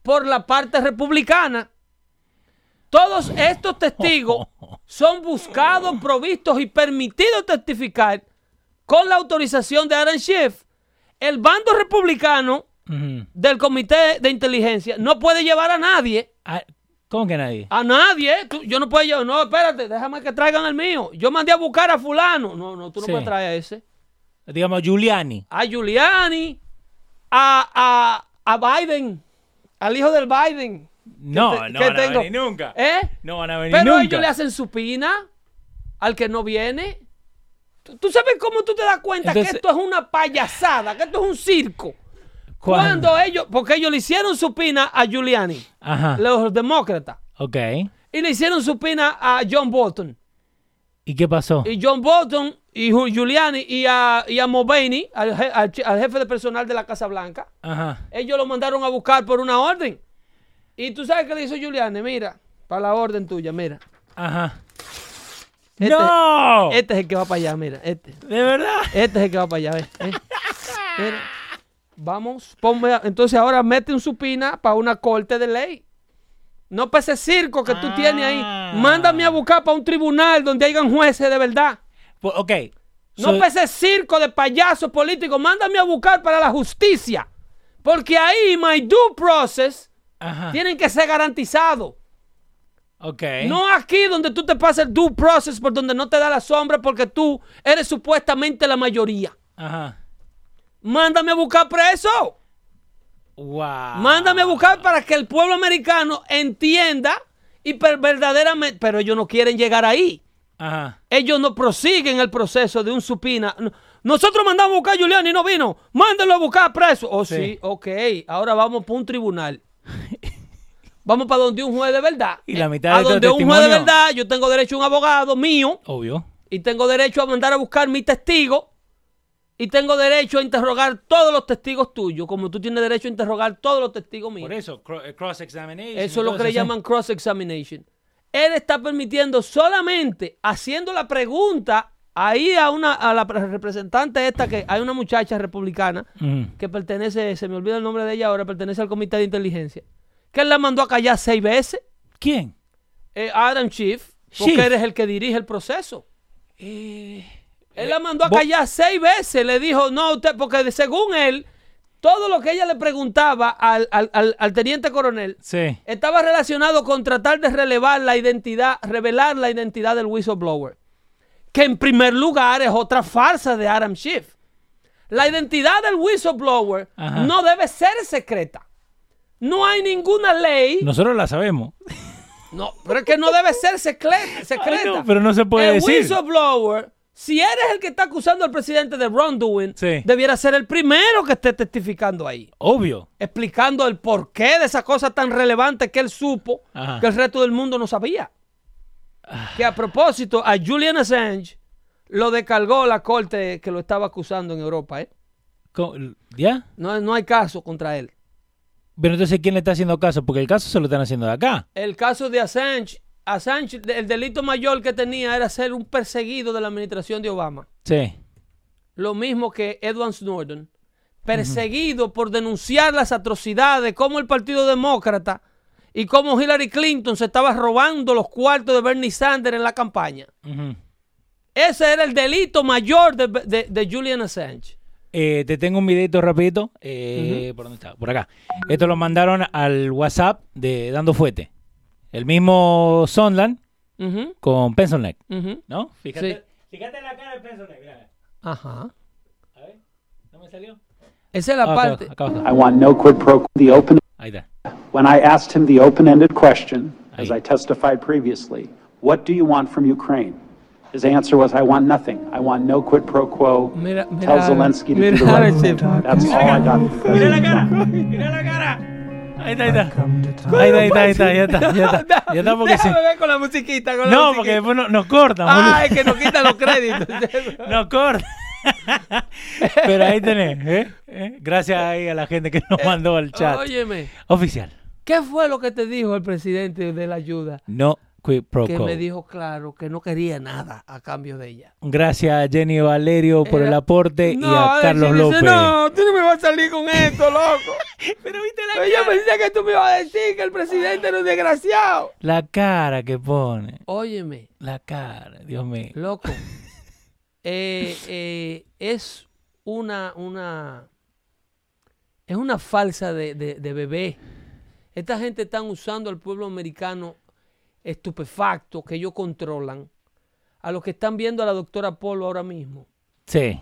Speaker 2: por la parte republicana. Todos estos testigos son buscados, provistos y permitidos testificar con la autorización de Adam Schiff. El bando republicano
Speaker 1: Ujú.
Speaker 2: del Comité de Inteligencia no puede llevar a nadie
Speaker 1: Ah, ¿Cómo que nadie?
Speaker 2: a nadie. eh. Tú- yo no puedo llevar. No, espérate, déjame que traigan el mío. Yo mandé a buscar a fulano. No, no, tú no
Speaker 1: Sí.
Speaker 2: puedes traer a ese.
Speaker 1: Digamos, Giuliani.
Speaker 2: A Giuliani, a, a, a Biden, al hijo del Biden.
Speaker 1: No,
Speaker 2: te-
Speaker 1: no
Speaker 2: que
Speaker 1: van a
Speaker 2: tengo-
Speaker 1: venir nunca.
Speaker 2: ¿Eh?
Speaker 1: No van a venir
Speaker 2: Pero
Speaker 1: nunca.
Speaker 2: ellos le hacen supina al que no viene. ¿Tú, tú sabes cómo tú te das cuenta
Speaker 1: Entonces-
Speaker 2: que esto es una payasada, que esto es un circo?
Speaker 1: ¿Cuándo?
Speaker 2: Cuando ellos, porque ellos le hicieron supina a Giuliani,
Speaker 1: Ajá.
Speaker 2: los demócratas,
Speaker 1: Ok.
Speaker 2: y le hicieron supina a John Bolton.
Speaker 1: ¿Y qué pasó?
Speaker 2: y John Bolton y Ju- Giuliani y a, y a Mulvaney, al, je- al che- al jefe de personal de la Casa Blanca,
Speaker 1: Ajá.
Speaker 2: ellos lo mandaron a buscar por una orden. Y tú sabes qué le hizo Giuliani, mira, para la orden tuya, mira.
Speaker 1: Ajá.
Speaker 2: Este-
Speaker 1: ¡No!
Speaker 2: Este es el que va para allá, mira, este.
Speaker 1: ¿De verdad?
Speaker 2: Este es el que va para allá, ve, ve. Mira. Vamos, ponme, a- entonces ahora mete un supina para una corte de ley. No para ese circo que tú tienes
Speaker 1: Ah.
Speaker 2: ahí. Mándame a buscar para un tribunal donde hayan jueces de verdad.
Speaker 1: Pues, ok.
Speaker 2: No
Speaker 1: So-
Speaker 2: para ese circo de payasos políticos. Mándame a buscar para la justicia. Porque ahí my due process
Speaker 1: Ajá.
Speaker 2: tienen que ser garantizados.
Speaker 1: Ok.
Speaker 2: No aquí donde tú te pasas el due process por donde no te da la sombra porque tú eres supuestamente la mayoría.
Speaker 1: Ajá.
Speaker 2: Mándame a buscar preso.
Speaker 1: Wow.
Speaker 2: Mándame a buscar para que el pueblo americano entienda y per- verdaderamente... Pero ellos no quieren llegar ahí.
Speaker 1: Ajá.
Speaker 2: Ellos no prosiguen el proceso de un supina. No- Nosotros mandamos a buscar a Julián y no vino. Mándenlo a buscar preso. Oh, sí,
Speaker 1: Sí.
Speaker 2: ok. Ahora vamos para un tribunal. vamos para donde un juez de verdad.
Speaker 1: Y la mitad
Speaker 2: A
Speaker 1: de todo el
Speaker 2: donde un juez de
Speaker 1: testimonio.
Speaker 2: verdad, yo tengo derecho a un abogado mío
Speaker 1: Obvio.
Speaker 2: y tengo derecho a mandar a buscar mi testigo Y tengo derecho a interrogar todos los testigos tuyos, como tú tienes derecho a interrogar todos los testigos míos.
Speaker 1: Por eso, cro- eh, cross-examination.
Speaker 2: Eso es lo que le
Speaker 1: entonces,
Speaker 2: llaman cross-examination. Él está permitiendo solamente haciendo la pregunta ahí a una a la pre- representante esta que hay una muchacha republicana
Speaker 1: Ujú.
Speaker 2: que pertenece, se me olvida el nombre de ella ahora, pertenece al comité de inteligencia, que él la mandó a callar seis veces,
Speaker 1: ¿Quién?
Speaker 2: eh, Adam Schiff, porque
Speaker 1: Schiff. Eh,
Speaker 2: eres el que dirige el proceso. Él la mandó a
Speaker 1: vos-
Speaker 2: callar seis veces. Le dijo, no, usted, porque de- según él, todo lo que ella le preguntaba al, al- al- al teniente coronel
Speaker 1: Sí.
Speaker 2: estaba relacionado con tratar de relevar la identidad, revelar la identidad del whistleblower. Que en primer lugar es otra farsa de Adam Schiff. La identidad del whistleblower
Speaker 1: Ajá.
Speaker 2: no debe ser secreta. No hay ninguna ley. No,
Speaker 1: Nosotros la sabemos.
Speaker 2: pero es que no debe ser secle- secreta.
Speaker 1: Ay, no, pero no se puede
Speaker 2: el
Speaker 1: decir.
Speaker 2: whistleblower, si eres el que está acusando al presidente de wrongdoing,
Speaker 1: Sí.
Speaker 2: debiera ser el primero que esté testificando ahí
Speaker 1: Obvio.
Speaker 2: explicando el porqué de esa cosa tan relevante que él supo
Speaker 1: Ajá.
Speaker 2: que el resto del mundo no sabía. Que a propósito, a Julian Assange lo descargó la corte que lo estaba acusando en Europa. ¿eh?
Speaker 1: Co- ¿Ya?
Speaker 2: No, no hay caso contra él.
Speaker 1: Pero entonces, ¿quién le está haciendo caso? Porque el caso se lo están haciendo de acá.
Speaker 2: El caso de Assange, Assange, de- el delito mayor que tenía era ser un perseguido de la administración de Obama.
Speaker 1: Sí.
Speaker 2: Lo mismo que Edward Snowden, perseguido por denunciar las atrocidades, como el Partido Demócrata y como Hillary Clinton se estaba robando los cuartos de Bernie Sanders en la campaña.
Speaker 1: Ujú.
Speaker 2: Ese era el delito mayor de, de- de Julian Assange.
Speaker 1: Eh, te tengo un videito rapidito. Eh, ¿Por dónde está? Por acá. Esto lo mandaron al WhatsApp de Dando Fuete. El mismo Sondland
Speaker 2: Ujú,
Speaker 1: con Pencil Neck,
Speaker 2: ujú.
Speaker 1: ¿no?
Speaker 2: Fíjate-
Speaker 1: fíjate la cara de Pencil Neck.
Speaker 2: Ajá.
Speaker 1: A ver, ¿no me salió? Ah,
Speaker 2: Esa es la parte.
Speaker 5: I want no quid pro quo. The open.
Speaker 1: Ahí está.
Speaker 5: When I asked him the open-ended question, as
Speaker 1: Aye.
Speaker 5: I testified previously, what do you want from Ukraine? His answer was, I want nothing. I want no quid pro quo.
Speaker 2: Mira-
Speaker 5: Tell
Speaker 2: mira-
Speaker 5: Zelensky to
Speaker 2: mira-
Speaker 5: do the right
Speaker 2: mira-
Speaker 5: thing. That's all I got. from the president.
Speaker 1: cara! ¡Mira la cara! Ahí está, ahí está. Ahí está, ahí está, ahí está, ya está. Ya está, ya está porque sí.
Speaker 2: Déjame ver con la musiquita. con la
Speaker 1: No,
Speaker 2: musiquita.
Speaker 1: porque después no- nos cortan. boludo.
Speaker 2: Ay, que nos quitan los créditos.
Speaker 1: No corta. Pero ahí tenés, ¿eh? ¿Eh? Gracias ahí a la gente que
Speaker 2: Eh,
Speaker 1: nos mandó al chat.
Speaker 2: Óyeme,
Speaker 1: Oficial.
Speaker 2: ¿qué fue lo que te dijo el presidente de la ayuda?
Speaker 1: No quid pro
Speaker 2: que
Speaker 1: quo.
Speaker 2: me dijo claro que no quería nada a cambio de ella.
Speaker 1: Gracias a Jenny Valerio por el
Speaker 2: Era-
Speaker 1: aporte y a
Speaker 2: Alexis
Speaker 1: Carlos
Speaker 2: Eh, dice,
Speaker 1: López.
Speaker 2: No, tú no me vas a salir con esto, loco.
Speaker 1: Pero viste
Speaker 2: Pero yo pensé que tú me ibas a decir que el presidente era un desgraciado.
Speaker 1: La cara que pone.
Speaker 2: Óyeme,
Speaker 1: La cara, Dios mío.
Speaker 2: loco. eh, eh, es una, una, es una falsa de, de- de bebé. Esta gente están usando al pueblo americano estupefacto que ellos controlan. A los que están viendo a la doctora Polo ahora mismo.
Speaker 1: Sí.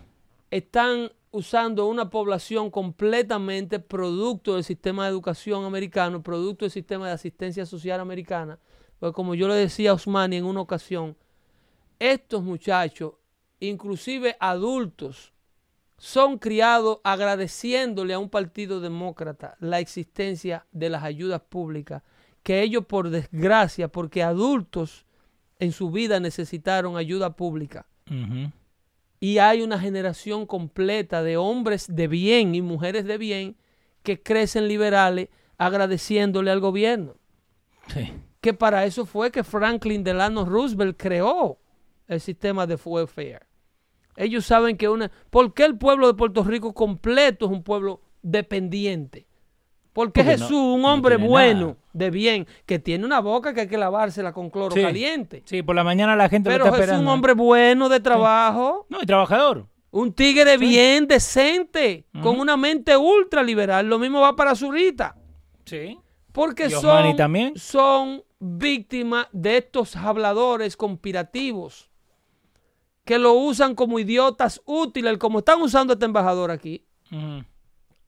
Speaker 2: están usando una población completamente producto del sistema de educación americano, producto del sistema de asistencia social americana. Pues como yo le decía a Osmani en una ocasión, estos muchachos, inclusive adultos, son criados agradeciéndole a un partido demócrata la existencia de las ayudas públicas, que ellos por desgracia, porque adultos en su vida necesitaron ayuda pública
Speaker 1: Ujú.
Speaker 2: y hay una generación completa de hombres de bien y mujeres de bien que crecen liberales agradeciéndole al gobierno.
Speaker 1: Sí.
Speaker 2: Que para eso fue que Franklin Delano Roosevelt creó el sistema de welfare. Ellos saben que una... ¿Por qué el pueblo de Puerto Rico completo es un pueblo dependiente?
Speaker 1: Porque
Speaker 2: Porque,
Speaker 1: no-
Speaker 2: Jesús, un
Speaker 1: no
Speaker 2: hombre
Speaker 1: tiene
Speaker 2: bueno,
Speaker 1: nada.
Speaker 2: de bien, que tiene una boca que hay que lavársela con cloro
Speaker 1: Sí.
Speaker 2: caliente.
Speaker 1: Sí, por la mañana la gente
Speaker 2: Pero
Speaker 1: lo está
Speaker 2: Jesús,
Speaker 1: esperando. ¿eh?
Speaker 2: un hombre bueno de trabajo.
Speaker 1: No, y trabajador.
Speaker 2: Un tigre bien decente, con una mente ultraliberal. Lo mismo va para Zurita.
Speaker 1: Sí.
Speaker 2: Porque
Speaker 1: Y Osmani
Speaker 2: son,
Speaker 1: también.
Speaker 2: son víctimas de estos habladores conspirativos que lo usan como idiotas útiles, como están usando este embajador aquí.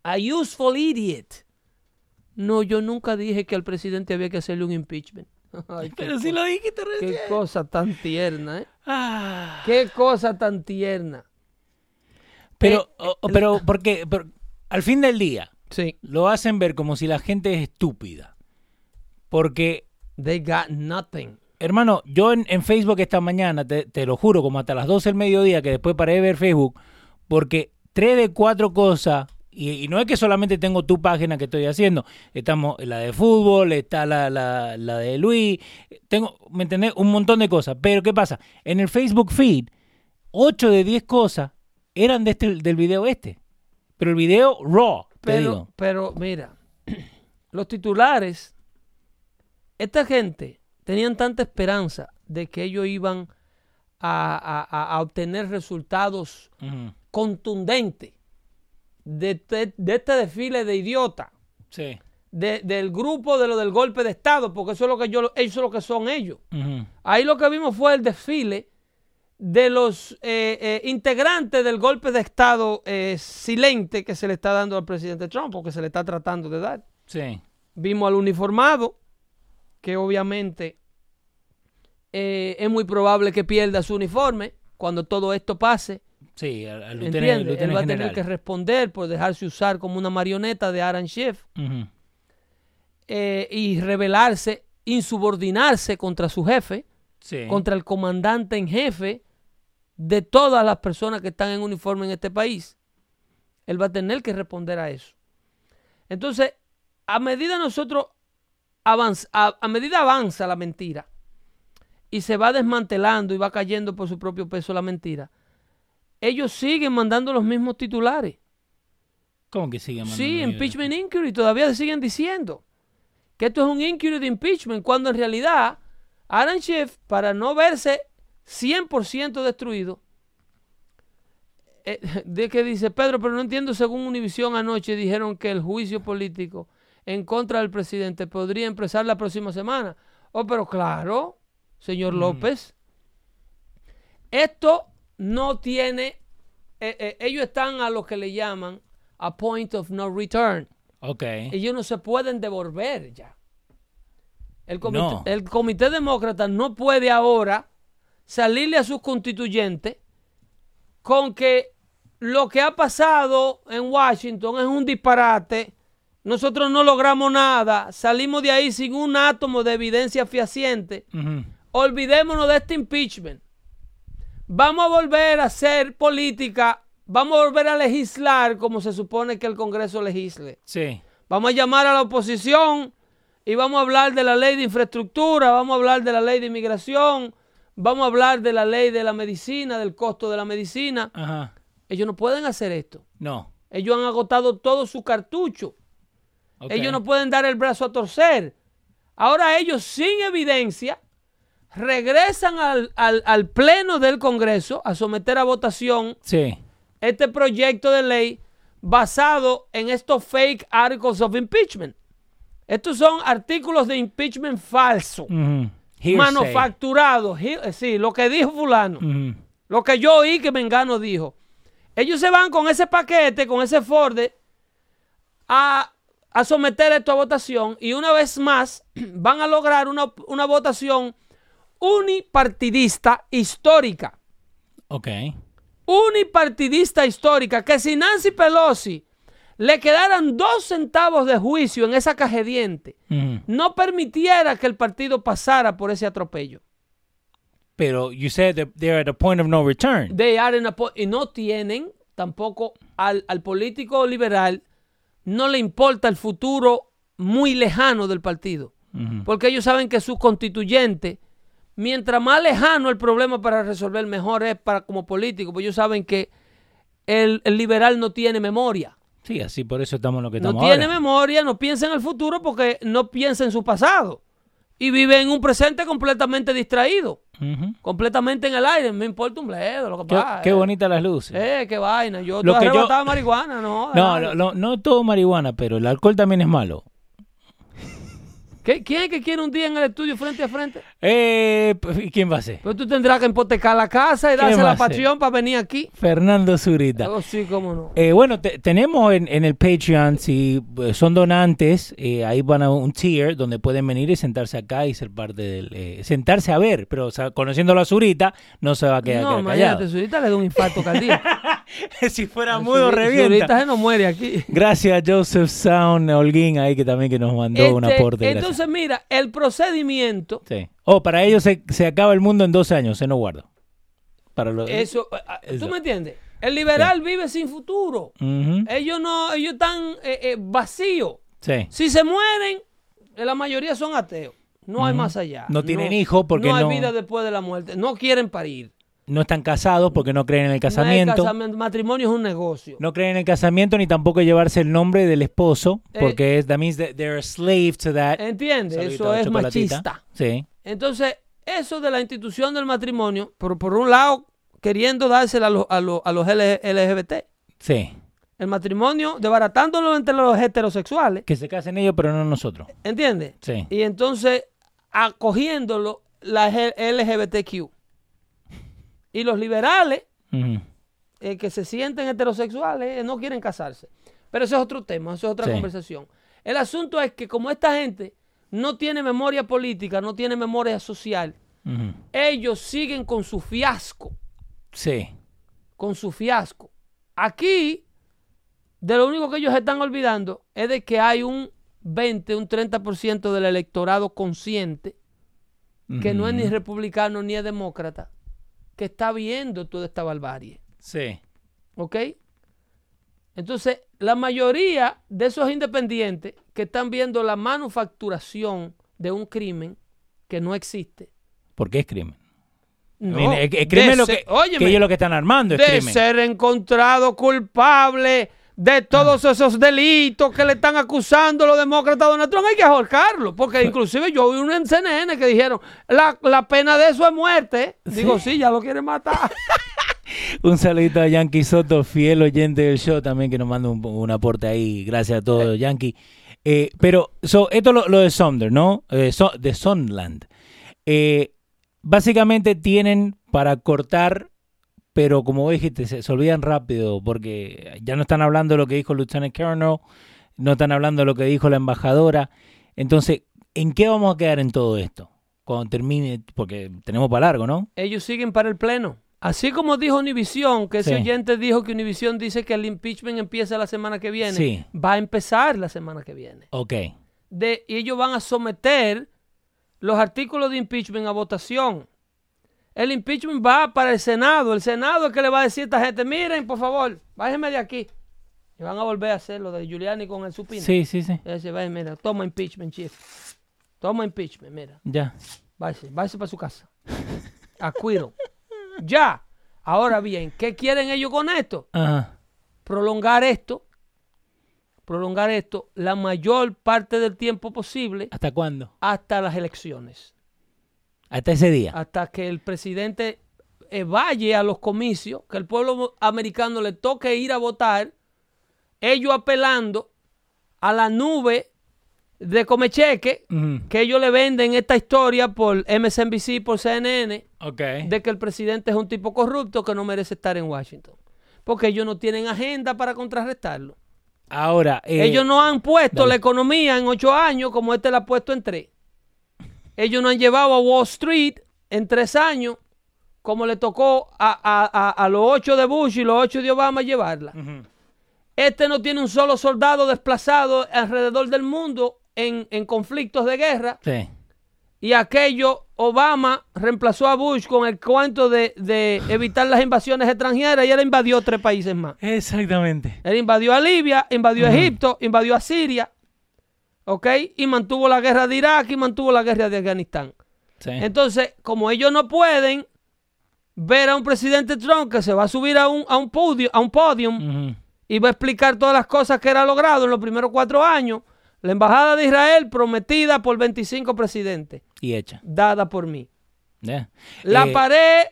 Speaker 2: A useful idiot. No, yo nunca dije que al presidente había que hacerle un impeachment. Ay, qué,
Speaker 1: Pero si lo dijiste recién.
Speaker 2: qué cosa tan tierna, ¿eh?
Speaker 1: Ah.
Speaker 2: Qué cosa tan tierna.
Speaker 1: Pero,
Speaker 2: Eh,
Speaker 1: o- o- pero, porque, pero al fin del día
Speaker 2: Sí.
Speaker 1: lo hacen ver como si la gente es estúpida. Porque,
Speaker 2: They got nothing.
Speaker 1: hermano, yo en, en Facebook esta mañana, te, te lo juro, como hasta las 12 del mediodía, que después paré de ver Facebook, porque tres de cuatro cosas. Y, y no es que solamente tengo tu página que estoy haciendo. Estamos la de fútbol, está la, la, la de Luis. Tengo, ¿me entendés? Un montón de cosas. Pero ¿qué pasa? En el Facebook feed, 8 de 10 cosas eran de este- del video este. Pero el video raw, te
Speaker 2: Pero,
Speaker 1: digo.
Speaker 2: pero mira, los titulares, esta gente tenían tanta esperanza de que ellos iban a, a- a- a obtener resultados
Speaker 1: Ujú.
Speaker 2: contundentes de, te- de este desfile de idiotas,
Speaker 1: Sí.
Speaker 2: de- del grupo de lo del golpe de Estado, porque eso es lo que, yo, eso es lo que son ellos.
Speaker 1: Ujú.
Speaker 2: Ahí lo que vimos fue el desfile de los eh, eh, integrantes del golpe de Estado eh, silente que se le está dando al presidente Trump o que se le está tratando de dar.
Speaker 1: Sí.
Speaker 2: Vimos al uniformado, que obviamente eh, es muy probable que pierda su uniforme cuando todo esto pase.
Speaker 1: Sí, al, al lieutenant-
Speaker 2: ¿Entiendes? Él va a
Speaker 1: lieutenant
Speaker 2: tener que
Speaker 1: general.
Speaker 2: responder por dejarse usar como una marioneta de Aaron Schiff
Speaker 1: Ujú.
Speaker 2: eh, y rebelarse, insubordinarse contra su jefe.
Speaker 1: Sí.
Speaker 2: contra el comandante en jefe de todas las personas que están en uniforme en este país. Él va a tener que responder a eso. Entonces, a medida nosotros avanz- a, a medida avanza la mentira y se va desmantelando y va cayendo por su propio peso la mentira, ellos siguen mandando los mismos titulares.
Speaker 1: ¿Cómo que sigue mandando
Speaker 2: Sí,
Speaker 1: videos?
Speaker 2: impeachment inquiry, todavía siguen diciendo que esto es un inquiry de impeachment, cuando en realidad Aaron Schiff, para no verse 100% destruido, eh, de que dice Pedro, pero no entiendo, según Univisión anoche dijeron que el juicio político en contra del presidente podría empezar la próxima semana. Oh, pero claro, señor López, esto no tiene, eh, eh, ellos están a lo que le llaman a point of no return.
Speaker 1: Ok.
Speaker 2: Ellos no se pueden devolver ya. El comité,
Speaker 1: No.
Speaker 2: el comité demócrata no puede ahora salirle a sus constituyentes con que lo que ha pasado en Washington es un disparate. Nosotros no logramos nada. Salimos de ahí sin un átomo de evidencia fehaciente.
Speaker 1: Ujú.
Speaker 2: Olvidémonos de este impeachment. Vamos a volver a hacer política. Vamos a volver a legislar como se supone que el Congreso legisle.
Speaker 1: Sí.
Speaker 2: Vamos a llamar a la oposición y vamos a hablar de la ley de infraestructura, vamos a hablar de la ley de inmigración, vamos a hablar de la ley de la medicina, del costo de la medicina.
Speaker 1: Ajá.
Speaker 2: Ellos no pueden hacer esto.
Speaker 1: No.
Speaker 2: Ellos han agotado todo su cartucho.
Speaker 1: Ok.
Speaker 2: Ellos no pueden dar el brazo a torcer. Ahora ellos sin evidencia regresan al, al- al pleno del Congreso a someter a votación
Speaker 1: Sí.
Speaker 2: este proyecto de ley basado en estos fake articles of impeachment. Estos son artículos de impeachment falso,
Speaker 1: Ujú. Hearsay.
Speaker 2: manufacturados. Hi- eh, Sí, lo que dijo fulano,
Speaker 1: Ujú.
Speaker 2: lo que yo oí que Mengano dijo. Ellos se van con ese paquete, con ese Forde, a, a someter esto a votación y una vez más van a lograr una, una votación unipartidista histórica
Speaker 1: Ok.
Speaker 2: unipartidista histórica que si Nancy Pelosi le quedaran dos centavos de juicio en esa cajediente,
Speaker 1: Ujú.
Speaker 2: no permitiera que el partido pasara por ese atropello.
Speaker 1: Pero you said that they're at a point of no return.
Speaker 2: They are in a po- y no tienen tampoco al, al político liberal, no le importa el futuro muy lejano del partido. Porque ellos saben que sus constituyentes, mientras más lejano el problema para resolver, mejor es para como político. Porque ellos saben que el- el liberal no tiene memoria.
Speaker 1: Sí, así por eso estamos en lo que
Speaker 2: No
Speaker 1: estamos
Speaker 2: tiene
Speaker 1: ahora.
Speaker 2: memoria, no piensa en el futuro porque no piensa en su pasado. Y vive en un presente completamente distraído,
Speaker 1: Ujú.
Speaker 2: completamente en el aire. Me importa un bledo, lo que
Speaker 1: Qué,
Speaker 2: pasa.
Speaker 1: qué
Speaker 2: eh.
Speaker 1: bonitas las luces.
Speaker 2: Eh, qué vaina. Yo
Speaker 1: Lo
Speaker 2: lo
Speaker 1: que yo-
Speaker 2: arrebataba marihuana, no.
Speaker 1: no,
Speaker 2: dale.
Speaker 1: lo- lo- no todo marihuana, pero el alcohol también es malo.
Speaker 2: ¿Qué- ¿Quién es que quiere un día en el estudio frente a frente?
Speaker 1: Eh, p- ¿Quién va a ser?
Speaker 2: Pero tú tendrás que hipotecar la casa y
Speaker 1: ¿Qué
Speaker 2: darse
Speaker 1: va a
Speaker 2: la
Speaker 1: hacer?
Speaker 2: pasión para venir aquí.
Speaker 1: Fernando Zurita.
Speaker 2: Oh, sí, cómo no.
Speaker 1: Eh, bueno, te- tenemos en, en el Patreon, si eh, son donantes, eh, ahí van a un tier donde pueden venir y sentarse acá y ser parte del... eh, sentarse a ver, pero o sea, conociendo la Zurita, no se va a quedar,
Speaker 2: no,
Speaker 1: quedar
Speaker 2: imagínate,
Speaker 1: callado.
Speaker 2: Zurita le da un infarto cardíaco.
Speaker 1: si fuera mudo, revienta.
Speaker 2: Zurita se nos muere aquí.
Speaker 1: Gracias a Joseph Sound Holguín ahí que también que nos mandó un
Speaker 2: Este,
Speaker 1: aporte. gracias.
Speaker 2: entonces, mira, el procedimiento
Speaker 1: Sí. Oh, para ellos se, se acaba el mundo en dos años, se no guardo. eh, Para los,
Speaker 2: Eso, ah, ah,
Speaker 1: Eso.
Speaker 2: ¿tú me entiendes? El liberal vive sin futuro.
Speaker 1: Ujú.
Speaker 2: Ellos no, ellos están eh, eh, vacíos.
Speaker 1: Sí.
Speaker 2: Si se mueren, eh, la mayoría son ateos. No hay más allá.
Speaker 1: No tienen hijos porque
Speaker 2: hay
Speaker 1: no-
Speaker 2: vida después de la muerte. No quieren parir.
Speaker 1: No están casados porque no creen en el
Speaker 2: No hay
Speaker 1: casamiento.
Speaker 2: casamiento. Matrimonio es un negocio.
Speaker 1: No creen en el casamiento ni tampoco llevarse el nombre del esposo
Speaker 2: Eh,
Speaker 1: porque es, that means that they're a slave to that.
Speaker 2: ¿Entiendes?
Speaker 1: Saludito
Speaker 2: Eso
Speaker 1: a
Speaker 2: es
Speaker 1: Chocolatita.
Speaker 2: machista.
Speaker 1: Sí.
Speaker 2: Entonces, eso de la institución del matrimonio, por, por un lado, queriendo dársela a los, a los, a los L- LGBT.
Speaker 1: Sí.
Speaker 2: El matrimonio, desbaratándolo entre los heterosexuales.
Speaker 1: Que se casen ellos, pero no nosotros.
Speaker 2: ¿Entiendes?
Speaker 1: Sí.
Speaker 2: Y entonces, acogiéndolo la G- LGBTQ. Y los liberales,
Speaker 1: Ujú.
Speaker 2: eh, que se sienten heterosexuales, eh, no quieren casarse. Pero eso es otro tema, eso es otra
Speaker 1: Sí.
Speaker 2: conversación. El asunto es que como esta gente no tiene memoria política, no tiene memoria social,
Speaker 1: Ujú.
Speaker 2: ellos siguen con su fiasco,
Speaker 1: Sí.
Speaker 2: con su fiasco. Aquí, de lo único que ellos están olvidando es de que hay un 20, un 30% del electorado consciente que no es ni republicano ni es demócrata, que está viendo toda esta barbarie.
Speaker 1: Sí.
Speaker 2: ¿Ok? Entonces, la mayoría de esos independientes que están viendo la manufacturación de un crimen que no existe.
Speaker 1: Porque es crimen. I
Speaker 2: No,
Speaker 1: mean, el, el
Speaker 2: de
Speaker 1: crimen es lo
Speaker 2: ser-
Speaker 1: que,
Speaker 2: óyeme,
Speaker 1: que ellos lo que están armando es
Speaker 2: de
Speaker 1: crimen.
Speaker 2: ser encontrado culpable de todos
Speaker 1: Ah.
Speaker 2: esos delitos que le están acusando los demócratas a Donald Trump, hay que ahorcarlo. Porque inclusive yo vi uno en CNN que dijeron, la, la pena de eso es muerte. Digo, sí, ya lo quieren matar.
Speaker 1: Un saludito a Yankee Soto, fiel oyente del show también, que nos manda un, un aporte ahí. Gracias a todos, Yankee. Eh, pero so, esto lo, lo de Sumner, ¿no? Eh, So- de Sunland. Eh, básicamente tienen para cortar, pero como vos dijiste, se, se olvidan rápido porque ya no están hablando de lo que dijo el Lieutenant Colonel, no están hablando de lo que dijo la embajadora. Entonces, ¿en qué vamos a quedar en todo esto? Cuando termine, porque tenemos para largo, ¿no?
Speaker 2: ellos siguen para el pleno. Así como dijo Univisión, que ese
Speaker 1: Sí.
Speaker 2: oyente dijo que Univisión dice que el impeachment empieza la semana que viene,
Speaker 1: Sí.
Speaker 2: va a empezar la semana que viene.
Speaker 1: Ok.
Speaker 2: De, y ellos van a someter los artículos de impeachment a votación. El impeachment va para el Senado. El Senado es que le va a decir a esta gente, miren, por favor, bájenme de aquí. Y van a volver a hacer lo de Giuliani con el supino.
Speaker 1: Sí, sí, sí.
Speaker 2: Ese, "Vaya, mira, toma impeachment, chief. Toma impeachment, mira.
Speaker 1: Ya.
Speaker 2: Váyase, váyase para su casa. Acuido. Ya. Ahora bien, ¿qué quieren ellos con esto?
Speaker 1: Ajá.
Speaker 2: Prolongar esto. Prolongar esto la mayor parte del tiempo posible
Speaker 1: ¿Hasta cuándo?
Speaker 2: hasta las elecciones.
Speaker 1: Hasta ese día.
Speaker 2: Hasta que el presidente eh, vaya a los comicios, que el pueblo vo- americano le toque ir a votar, ellos apelando a la nube de comecheque
Speaker 1: Ujú.
Speaker 2: que ellos le venden esta historia por MSNBC, por CNN,
Speaker 1: Ok.
Speaker 2: de que el presidente es un tipo corrupto que no merece estar en Washington. Porque ellos no tienen agenda para contrarrestarlo.
Speaker 1: Ahora, eh,
Speaker 2: ellos no han puesto
Speaker 1: dale.
Speaker 2: la economía en ocho años como este la ha puesto en tres. Ellos no han llevado a Wall Street en tres años como le tocó a, a- a- a los ocho de Bush y los ocho de Obama llevarla. Este no tiene un solo soldado desplazado alrededor del mundo en- en conflictos de guerra.
Speaker 1: Sí.
Speaker 2: Y aquello, Obama reemplazó a Bush con el cuento de, de evitar las invasiones extranjeras y él invadió tres países más.
Speaker 1: Exactamente.
Speaker 2: Él invadió a Libia, invadió a Egipto, invadió a Siria, ¿ok? Y mantuvo la guerra de Irak y mantuvo la guerra de Afganistán.
Speaker 1: Sí.
Speaker 2: Entonces, como ellos no pueden ver a un presidente Trump que se va a subir a un, a un podio, a un podium
Speaker 1: Ujú.
Speaker 2: y va a explicar todas las cosas que él ha logrado en los primeros cuatro años, la embajada de Israel prometida por 25 presidentes,
Speaker 1: Y hecha.
Speaker 2: dada por mí.
Speaker 1: Ya.
Speaker 2: La
Speaker 1: Eh,
Speaker 2: pared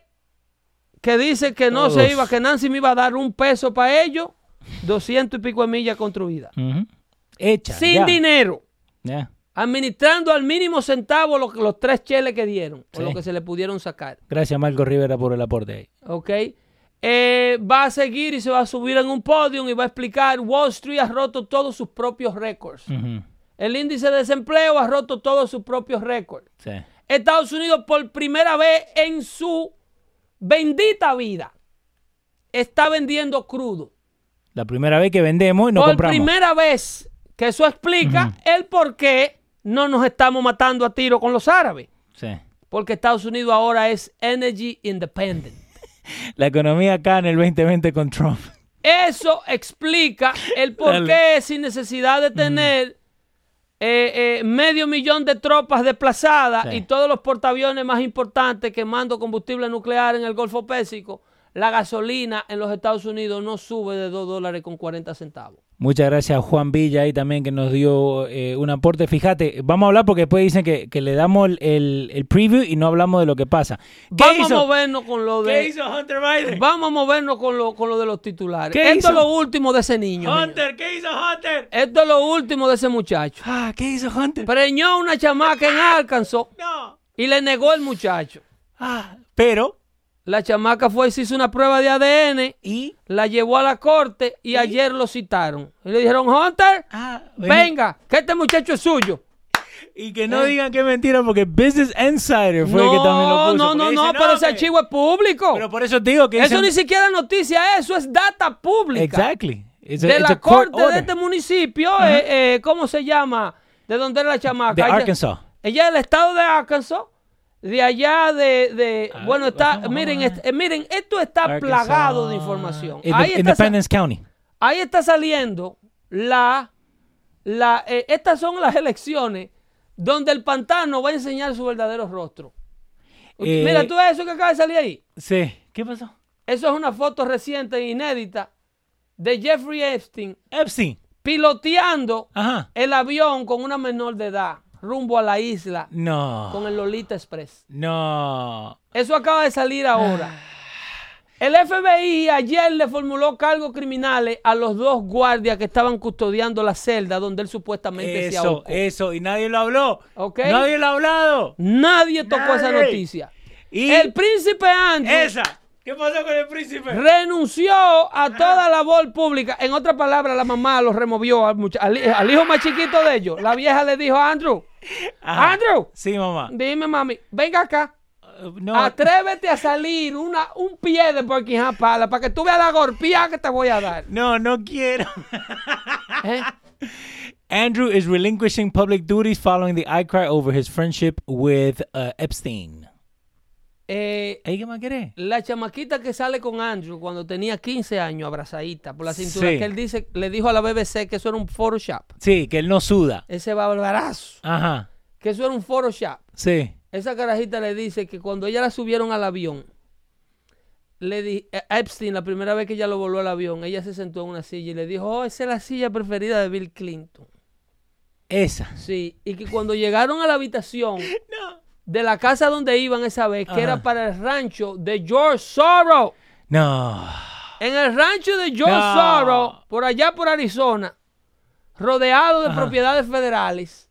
Speaker 2: que dice que no se
Speaker 1: Uf.
Speaker 2: iba, que Nancy me iba a dar un peso para ellos, doscientos y pico de millas construidas.
Speaker 1: ujú. Hecha.
Speaker 2: Sin
Speaker 1: ya.
Speaker 2: dinero,
Speaker 1: Ya.
Speaker 2: administrando al mínimo centavo lo que- los tres cheles que dieron, o
Speaker 1: Sí.
Speaker 2: lo que se le pudieron sacar.
Speaker 1: Gracias, Marco Rivera, por el aporte ahí.
Speaker 2: ¿Ok? Eh, va a seguir y se va a subir en un podium y va a explicar, Wall Street ha roto todos sus propios récords.
Speaker 1: Ujú.
Speaker 2: El índice de desempleo ha roto todos sus propios récords.
Speaker 1: Sí.
Speaker 2: Estados Unidos por primera vez en su bendita vida está vendiendo crudo.
Speaker 1: La primera vez que vendemos y no
Speaker 2: por
Speaker 1: compramos.
Speaker 2: primera vez que eso explica el por qué no nos estamos matando a tiro con los árabes.
Speaker 1: Sí.
Speaker 2: Porque Estados Unidos ahora es energy independent.
Speaker 1: La economía acá en el 2020 con Trump.
Speaker 2: Eso explica el por
Speaker 1: Dale.
Speaker 2: qué sin necesidad de tener eh, eh, medio millón de tropas desplazadas
Speaker 1: Sí.
Speaker 2: y todos los portaaviones más importantes quemando combustible nuclear en el Golfo Pérsico, la gasolina en los Estados Unidos no sube de 2 dólares con 40 centavos.
Speaker 1: Muchas gracias a Juan Villa ahí también que nos dio eh, un aporte. Fíjate, vamos a hablar porque después dicen que, que le damos el, el- el preview y no hablamos de lo que pasa. ¿Qué
Speaker 2: Vamos
Speaker 1: hizo?
Speaker 2: a movernos con lo
Speaker 6: ¿Qué
Speaker 2: de...
Speaker 6: hizo Hunter Biden?
Speaker 2: Vamos a movernos con lo, con lo de los titulares.
Speaker 1: ¿Qué
Speaker 2: Esto
Speaker 1: hizo?
Speaker 2: es lo último de ese niño. señor.
Speaker 6: Hunter, ¿qué hizo Hunter?
Speaker 2: Esto es lo último de ese muchacho.
Speaker 6: Ah, ¿qué hizo Hunter?
Speaker 2: Preñó una chamaca en Arkansas
Speaker 6: No.
Speaker 2: y le negó el muchacho.
Speaker 6: Ah,
Speaker 1: Pero,
Speaker 2: La chamaca fue y se hizo una prueba de ADN,
Speaker 6: y.
Speaker 2: la llevó a la corte y ayer lo citaron. Y le dijeron, Hunter,
Speaker 6: Ah,
Speaker 2: venga, que este muchacho es suyo.
Speaker 1: y que
Speaker 2: Eh.
Speaker 1: no digan que es mentira porque Business Insider fue el que también lo
Speaker 2: No,
Speaker 1: puso.
Speaker 2: no,
Speaker 1: porque
Speaker 2: no,
Speaker 1: dice,
Speaker 2: no, pero ese
Speaker 1: que-".
Speaker 2: archivo es público.
Speaker 1: Pero por eso te digo que
Speaker 2: eso
Speaker 1: dicen-
Speaker 2: ni siquiera es noticia, eso es data pública.
Speaker 1: Exactly. It's a-
Speaker 2: De
Speaker 1: it's
Speaker 2: la
Speaker 1: a court
Speaker 2: corte de
Speaker 1: order.
Speaker 2: este municipio, eh, eh, ¿cómo se llama? ¿De dónde era la chamaca?
Speaker 1: De
Speaker 2: Ella-
Speaker 1: Arkansas.
Speaker 2: Ella es del estado de Arkansas. De allá de, de-
Speaker 1: Ah,
Speaker 2: bueno, está,
Speaker 1: vamos a
Speaker 2: miren,
Speaker 1: ver.
Speaker 2: est- eh, miren, esto está
Speaker 1: Arkansas.
Speaker 2: plagado de información.
Speaker 1: Inde-
Speaker 2: Ahí está, sa-
Speaker 1: Independence County.
Speaker 2: ahí está saliendo la, la eh, estas son las elecciones donde el pantano va a enseñar su verdadero rostro.
Speaker 1: Eh,
Speaker 2: Mira, tú ves eso que acaba de salir ahí.
Speaker 1: Sí. ¿Qué pasó?
Speaker 2: Eso es una foto reciente e inédita de Jeffrey Epstein
Speaker 1: Epstein.
Speaker 2: piloteando
Speaker 1: Ajá.
Speaker 2: el avión con una menor de edad rumbo a la isla
Speaker 1: No.
Speaker 2: con el Lolita Express.
Speaker 1: No.
Speaker 2: Eso acaba de salir ahora.
Speaker 1: Ah.
Speaker 2: El FBI ayer le formuló cargos criminales a los dos guardias que estaban custodiando la celda donde él supuestamente se
Speaker 1: Eso,
Speaker 2: ahorcó.
Speaker 1: eso. Y nadie lo habló.
Speaker 2: Ok.
Speaker 1: Nadie lo ha hablado.
Speaker 2: Nadie tocó esa
Speaker 6: Nadie.
Speaker 2: noticia.
Speaker 1: Y
Speaker 2: el príncipe Andrew
Speaker 6: esa. ¿Qué pasó con el príncipe?
Speaker 2: renunció a toda labor pública. En otras palabras, la mamá los removió al, mucha- al hi- al hijo más chiquito de ellos. La vieja le dijo a Andrew,
Speaker 1: Ajá.
Speaker 2: Andrew.
Speaker 1: Sí, mamá.
Speaker 2: dime mami, venga acá.
Speaker 1: Uh, No.
Speaker 2: Atrévete a salir una, un pie de Buckingham Palace para que tú veas la golpeada que te voy a dar.
Speaker 1: No, no quiero.
Speaker 2: ¿Eh?
Speaker 1: Andrew is relinquishing public duties following the eye cry over his friendship with uh, Epstein.
Speaker 2: Eh,
Speaker 1: ¿Ey, qué más querés?
Speaker 2: la chamaquita que sale con Andrew cuando tenía 15 años, abrazadita por la cintura,
Speaker 1: Sí.
Speaker 2: que él dice, le dijo a la BBC que eso era un Photoshop.
Speaker 1: Sí, que él no suda.
Speaker 2: Ese barbarazo,
Speaker 1: Ajá.
Speaker 2: que eso era un Photoshop.
Speaker 1: Sí.
Speaker 2: Esa carajita le dice que cuando ella la subieron al avión, le di, a Epstein, la primera vez que ella lo voló al avión, ella se sentó en una silla y le dijo, oh, esa es la silla preferida de Bill Clinton.
Speaker 1: Esa.
Speaker 2: Sí, y que cuando llegaron a la habitación
Speaker 1: No.
Speaker 2: de la casa donde iban esa vez, que era
Speaker 1: Ajá.
Speaker 2: para el rancho de George Soros.
Speaker 1: No.
Speaker 2: En el rancho de George
Speaker 1: No.
Speaker 2: Soros, por allá por Arizona, rodeado de
Speaker 1: Ajá.
Speaker 2: propiedades federales.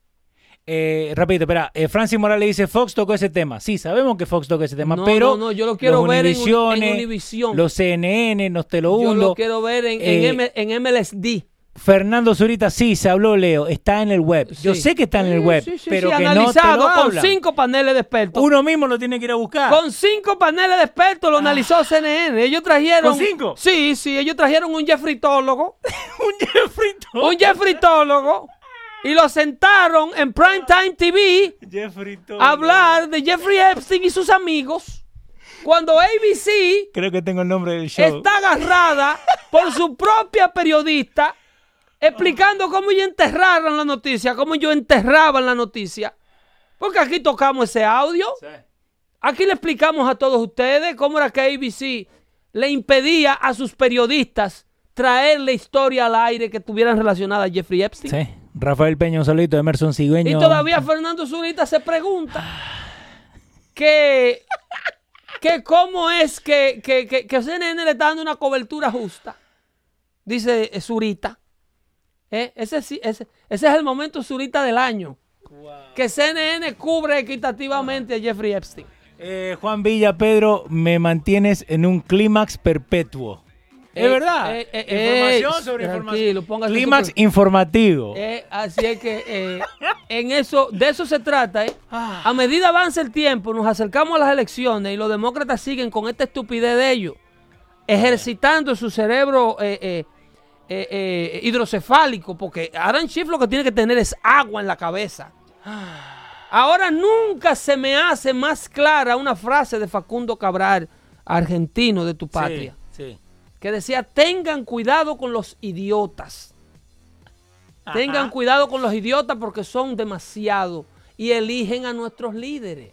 Speaker 1: Eh, rapidito, espera. Eh, Francis Morales dice, Fox tocó ese tema. Sí, sabemos que Fox tocó ese tema,
Speaker 2: No,
Speaker 1: pero...
Speaker 2: no, no, yo lo quiero
Speaker 1: los
Speaker 2: ver en un- en
Speaker 1: Univisiones,
Speaker 2: Univision.
Speaker 1: Los CNN, nos te lo
Speaker 2: Yo
Speaker 1: hundo.
Speaker 2: lo quiero ver en, en
Speaker 1: Eh,
Speaker 2: M- en MLSD.
Speaker 1: Fernando Zurita, sí, se habló, Leo. Está en el web. Yo
Speaker 2: Sí.
Speaker 1: sé que está en el
Speaker 2: Sí,
Speaker 1: web,
Speaker 2: sí, sí,
Speaker 1: pero
Speaker 2: sí,
Speaker 1: que no te
Speaker 2: analizado
Speaker 1: lo
Speaker 2: con
Speaker 1: hablan.
Speaker 2: cinco paneles de expertos.
Speaker 1: Uno mismo lo tiene que ir a buscar.
Speaker 2: Con cinco paneles de expertos lo analizó CNN. Ellos trajeron.
Speaker 1: Ah. ¿Con cinco?
Speaker 2: Sí, sí, ellos trajeron un jeffritólogo.
Speaker 1: un Jeffrey Toll.
Speaker 2: un jeffritólogo. Y lo sentaron en Primetime TV
Speaker 1: Jeffrey Toll.
Speaker 2: a hablar de Jeffrey Epstein y sus amigos. Cuando ABC
Speaker 1: Creo que tengo el nombre del show.
Speaker 2: está agarrada por su propia periodista explicando cómo ellos enterraron la noticia, cómo yo enterraba la noticia. Porque aquí tocamos ese audio. Aquí le explicamos a todos ustedes cómo era que ABC le impedía a sus periodistas traer la historia al aire que tuvieran relacionada a Jeffrey Epstein.
Speaker 1: Sí. Rafael Peña, un saludito. Emerson
Speaker 2: Y
Speaker 1: Cigüeño.
Speaker 2: todavía Fernando Zurita se pregunta que, que cómo es que, que, que- que CNN le está dando una cobertura justa. Dice eh, Zurita. Eh, Ese, sí- ese, ese es el momento Zurita del año. Que CNN cubre equitativamente a Jeffrey Epstein.
Speaker 1: Eh, Juan Villa, Pedro, me mantienes en un clímax perpetuo.
Speaker 2: Ey,
Speaker 1: es verdad.
Speaker 2: ey, ey,
Speaker 1: información
Speaker 2: ey,
Speaker 1: sobre
Speaker 2: Eh, tranquilo,
Speaker 1: información.
Speaker 2: póngase
Speaker 1: Clímax
Speaker 2: súper-
Speaker 1: informativo.
Speaker 2: Eh, así es que eh, en eso, de eso se trata. eh. A medida avanza el tiempo, nos acercamos a las elecciones y los demócratas siguen con esta estupidez de ellos, ejercitando su cerebro eh, eh, eh, eh, hidrocefálico, porque Adam Schiff lo que tiene que tener es agua en la cabeza. Ahora nunca se me hace más clara una frase de Facundo Cabral argentino de tu patria,
Speaker 1: Sí, sí.
Speaker 2: que decía, tengan cuidado con los idiotas. Tengan cuidado con los idiotas porque son demasiado y eligen a nuestros líderes.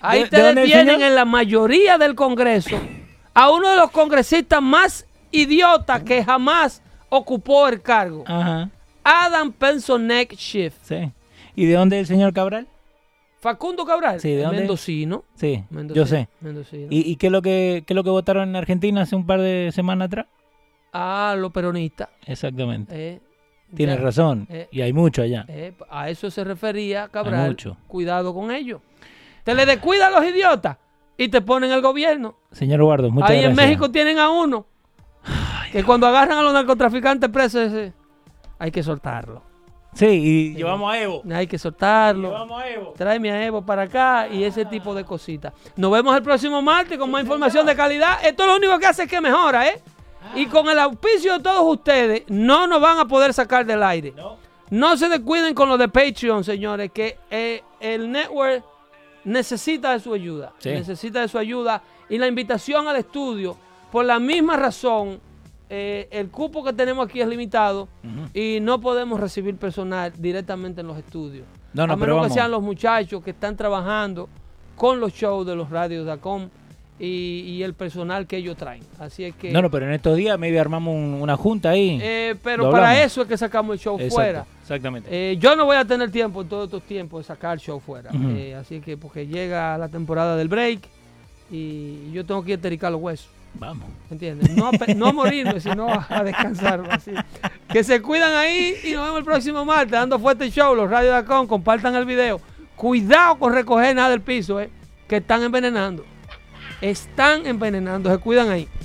Speaker 2: Ahí
Speaker 1: ¿De-
Speaker 2: te
Speaker 1: de dónde el
Speaker 2: detienen
Speaker 1: señor?
Speaker 2: en la mayoría del Congreso a uno de los congresistas más idiotas que jamás ocupó el cargo.
Speaker 1: Ajá.
Speaker 2: Adam Pensonek Schiff.
Speaker 1: Sí. ¿Y de dónde es el señor Cabral?
Speaker 2: Facundo Cabral,
Speaker 1: Sí, ¿de dónde?
Speaker 2: mendocino.
Speaker 1: Sí,
Speaker 2: Mendocino,
Speaker 1: yo sé.
Speaker 2: mendocino.
Speaker 1: ¿Y, y qué, es lo que, qué es lo que votaron en Argentina hace un par de semanas atrás?
Speaker 2: a los peronistas.
Speaker 1: Exactamente.
Speaker 2: Ah, eh,
Speaker 1: Tienes
Speaker 2: ya,
Speaker 1: razón.
Speaker 2: eh.
Speaker 1: y hay mucho allá.
Speaker 2: eh, a eso se refería Cabral.
Speaker 1: mucho.
Speaker 2: Cuidado con ellos. Te le descuida a los idiotas y te ponen el gobierno.
Speaker 1: Señor Guardo, muchas
Speaker 2: Ahí en
Speaker 1: gracias.
Speaker 2: México tienen a uno. que cuando agarran a los narcotraficantes presos, ese- hay que soltarlo.
Speaker 1: Sí, y llevamos a Evo.
Speaker 2: Hay que soltarlo.
Speaker 1: a Evo.
Speaker 2: Tráeme a Evo para acá y ese tipo de cositas. Nos vemos el próximo martes con más información de calidad. Esto lo único que hace es que mejora, ¿eh? Y con el auspicio de todos ustedes, no nos van a poder sacar del aire. No, se descuiden con lo de Patreon, señores, que eh, el network necesita de su ayuda.
Speaker 1: Sí.
Speaker 2: Necesita de su ayuda. Y la invitación al estudio, por la misma razón, eh, el cupo que tenemos aquí es limitado y no podemos recibir personal directamente en los estudios.
Speaker 1: No, no,
Speaker 2: a menos
Speaker 1: pero
Speaker 2: que
Speaker 1: vamos.
Speaker 2: sean los muchachos que están trabajando con los shows de los radios DACOM y, y el personal que ellos traen. Así es que...
Speaker 1: No, no, pero en estos días maybe armamos un- una junta ahí.
Speaker 2: eh, pero
Speaker 1: Lo
Speaker 2: para
Speaker 1: hablamos.
Speaker 2: eso es que sacamos el show
Speaker 1: Exacto,
Speaker 2: fuera.
Speaker 1: Exactamente.
Speaker 2: Eh, yo no voy a tener tiempo en todos estos tiempos de sacar show fuera. Eh, así que porque llega la temporada del break y yo tengo que entericar los huesos.
Speaker 1: Vamos.
Speaker 2: ¿Entiendes? No, a pe- no a morirme, sino a, a descansar. así. Que se cuidan ahí y nos vemos el próximo martes dando fuerte show. Los Radio Dacón, compartan el video. Cuidado con recoger nada del piso, eh, que están envenenando. Están envenenando, se cuidan ahí.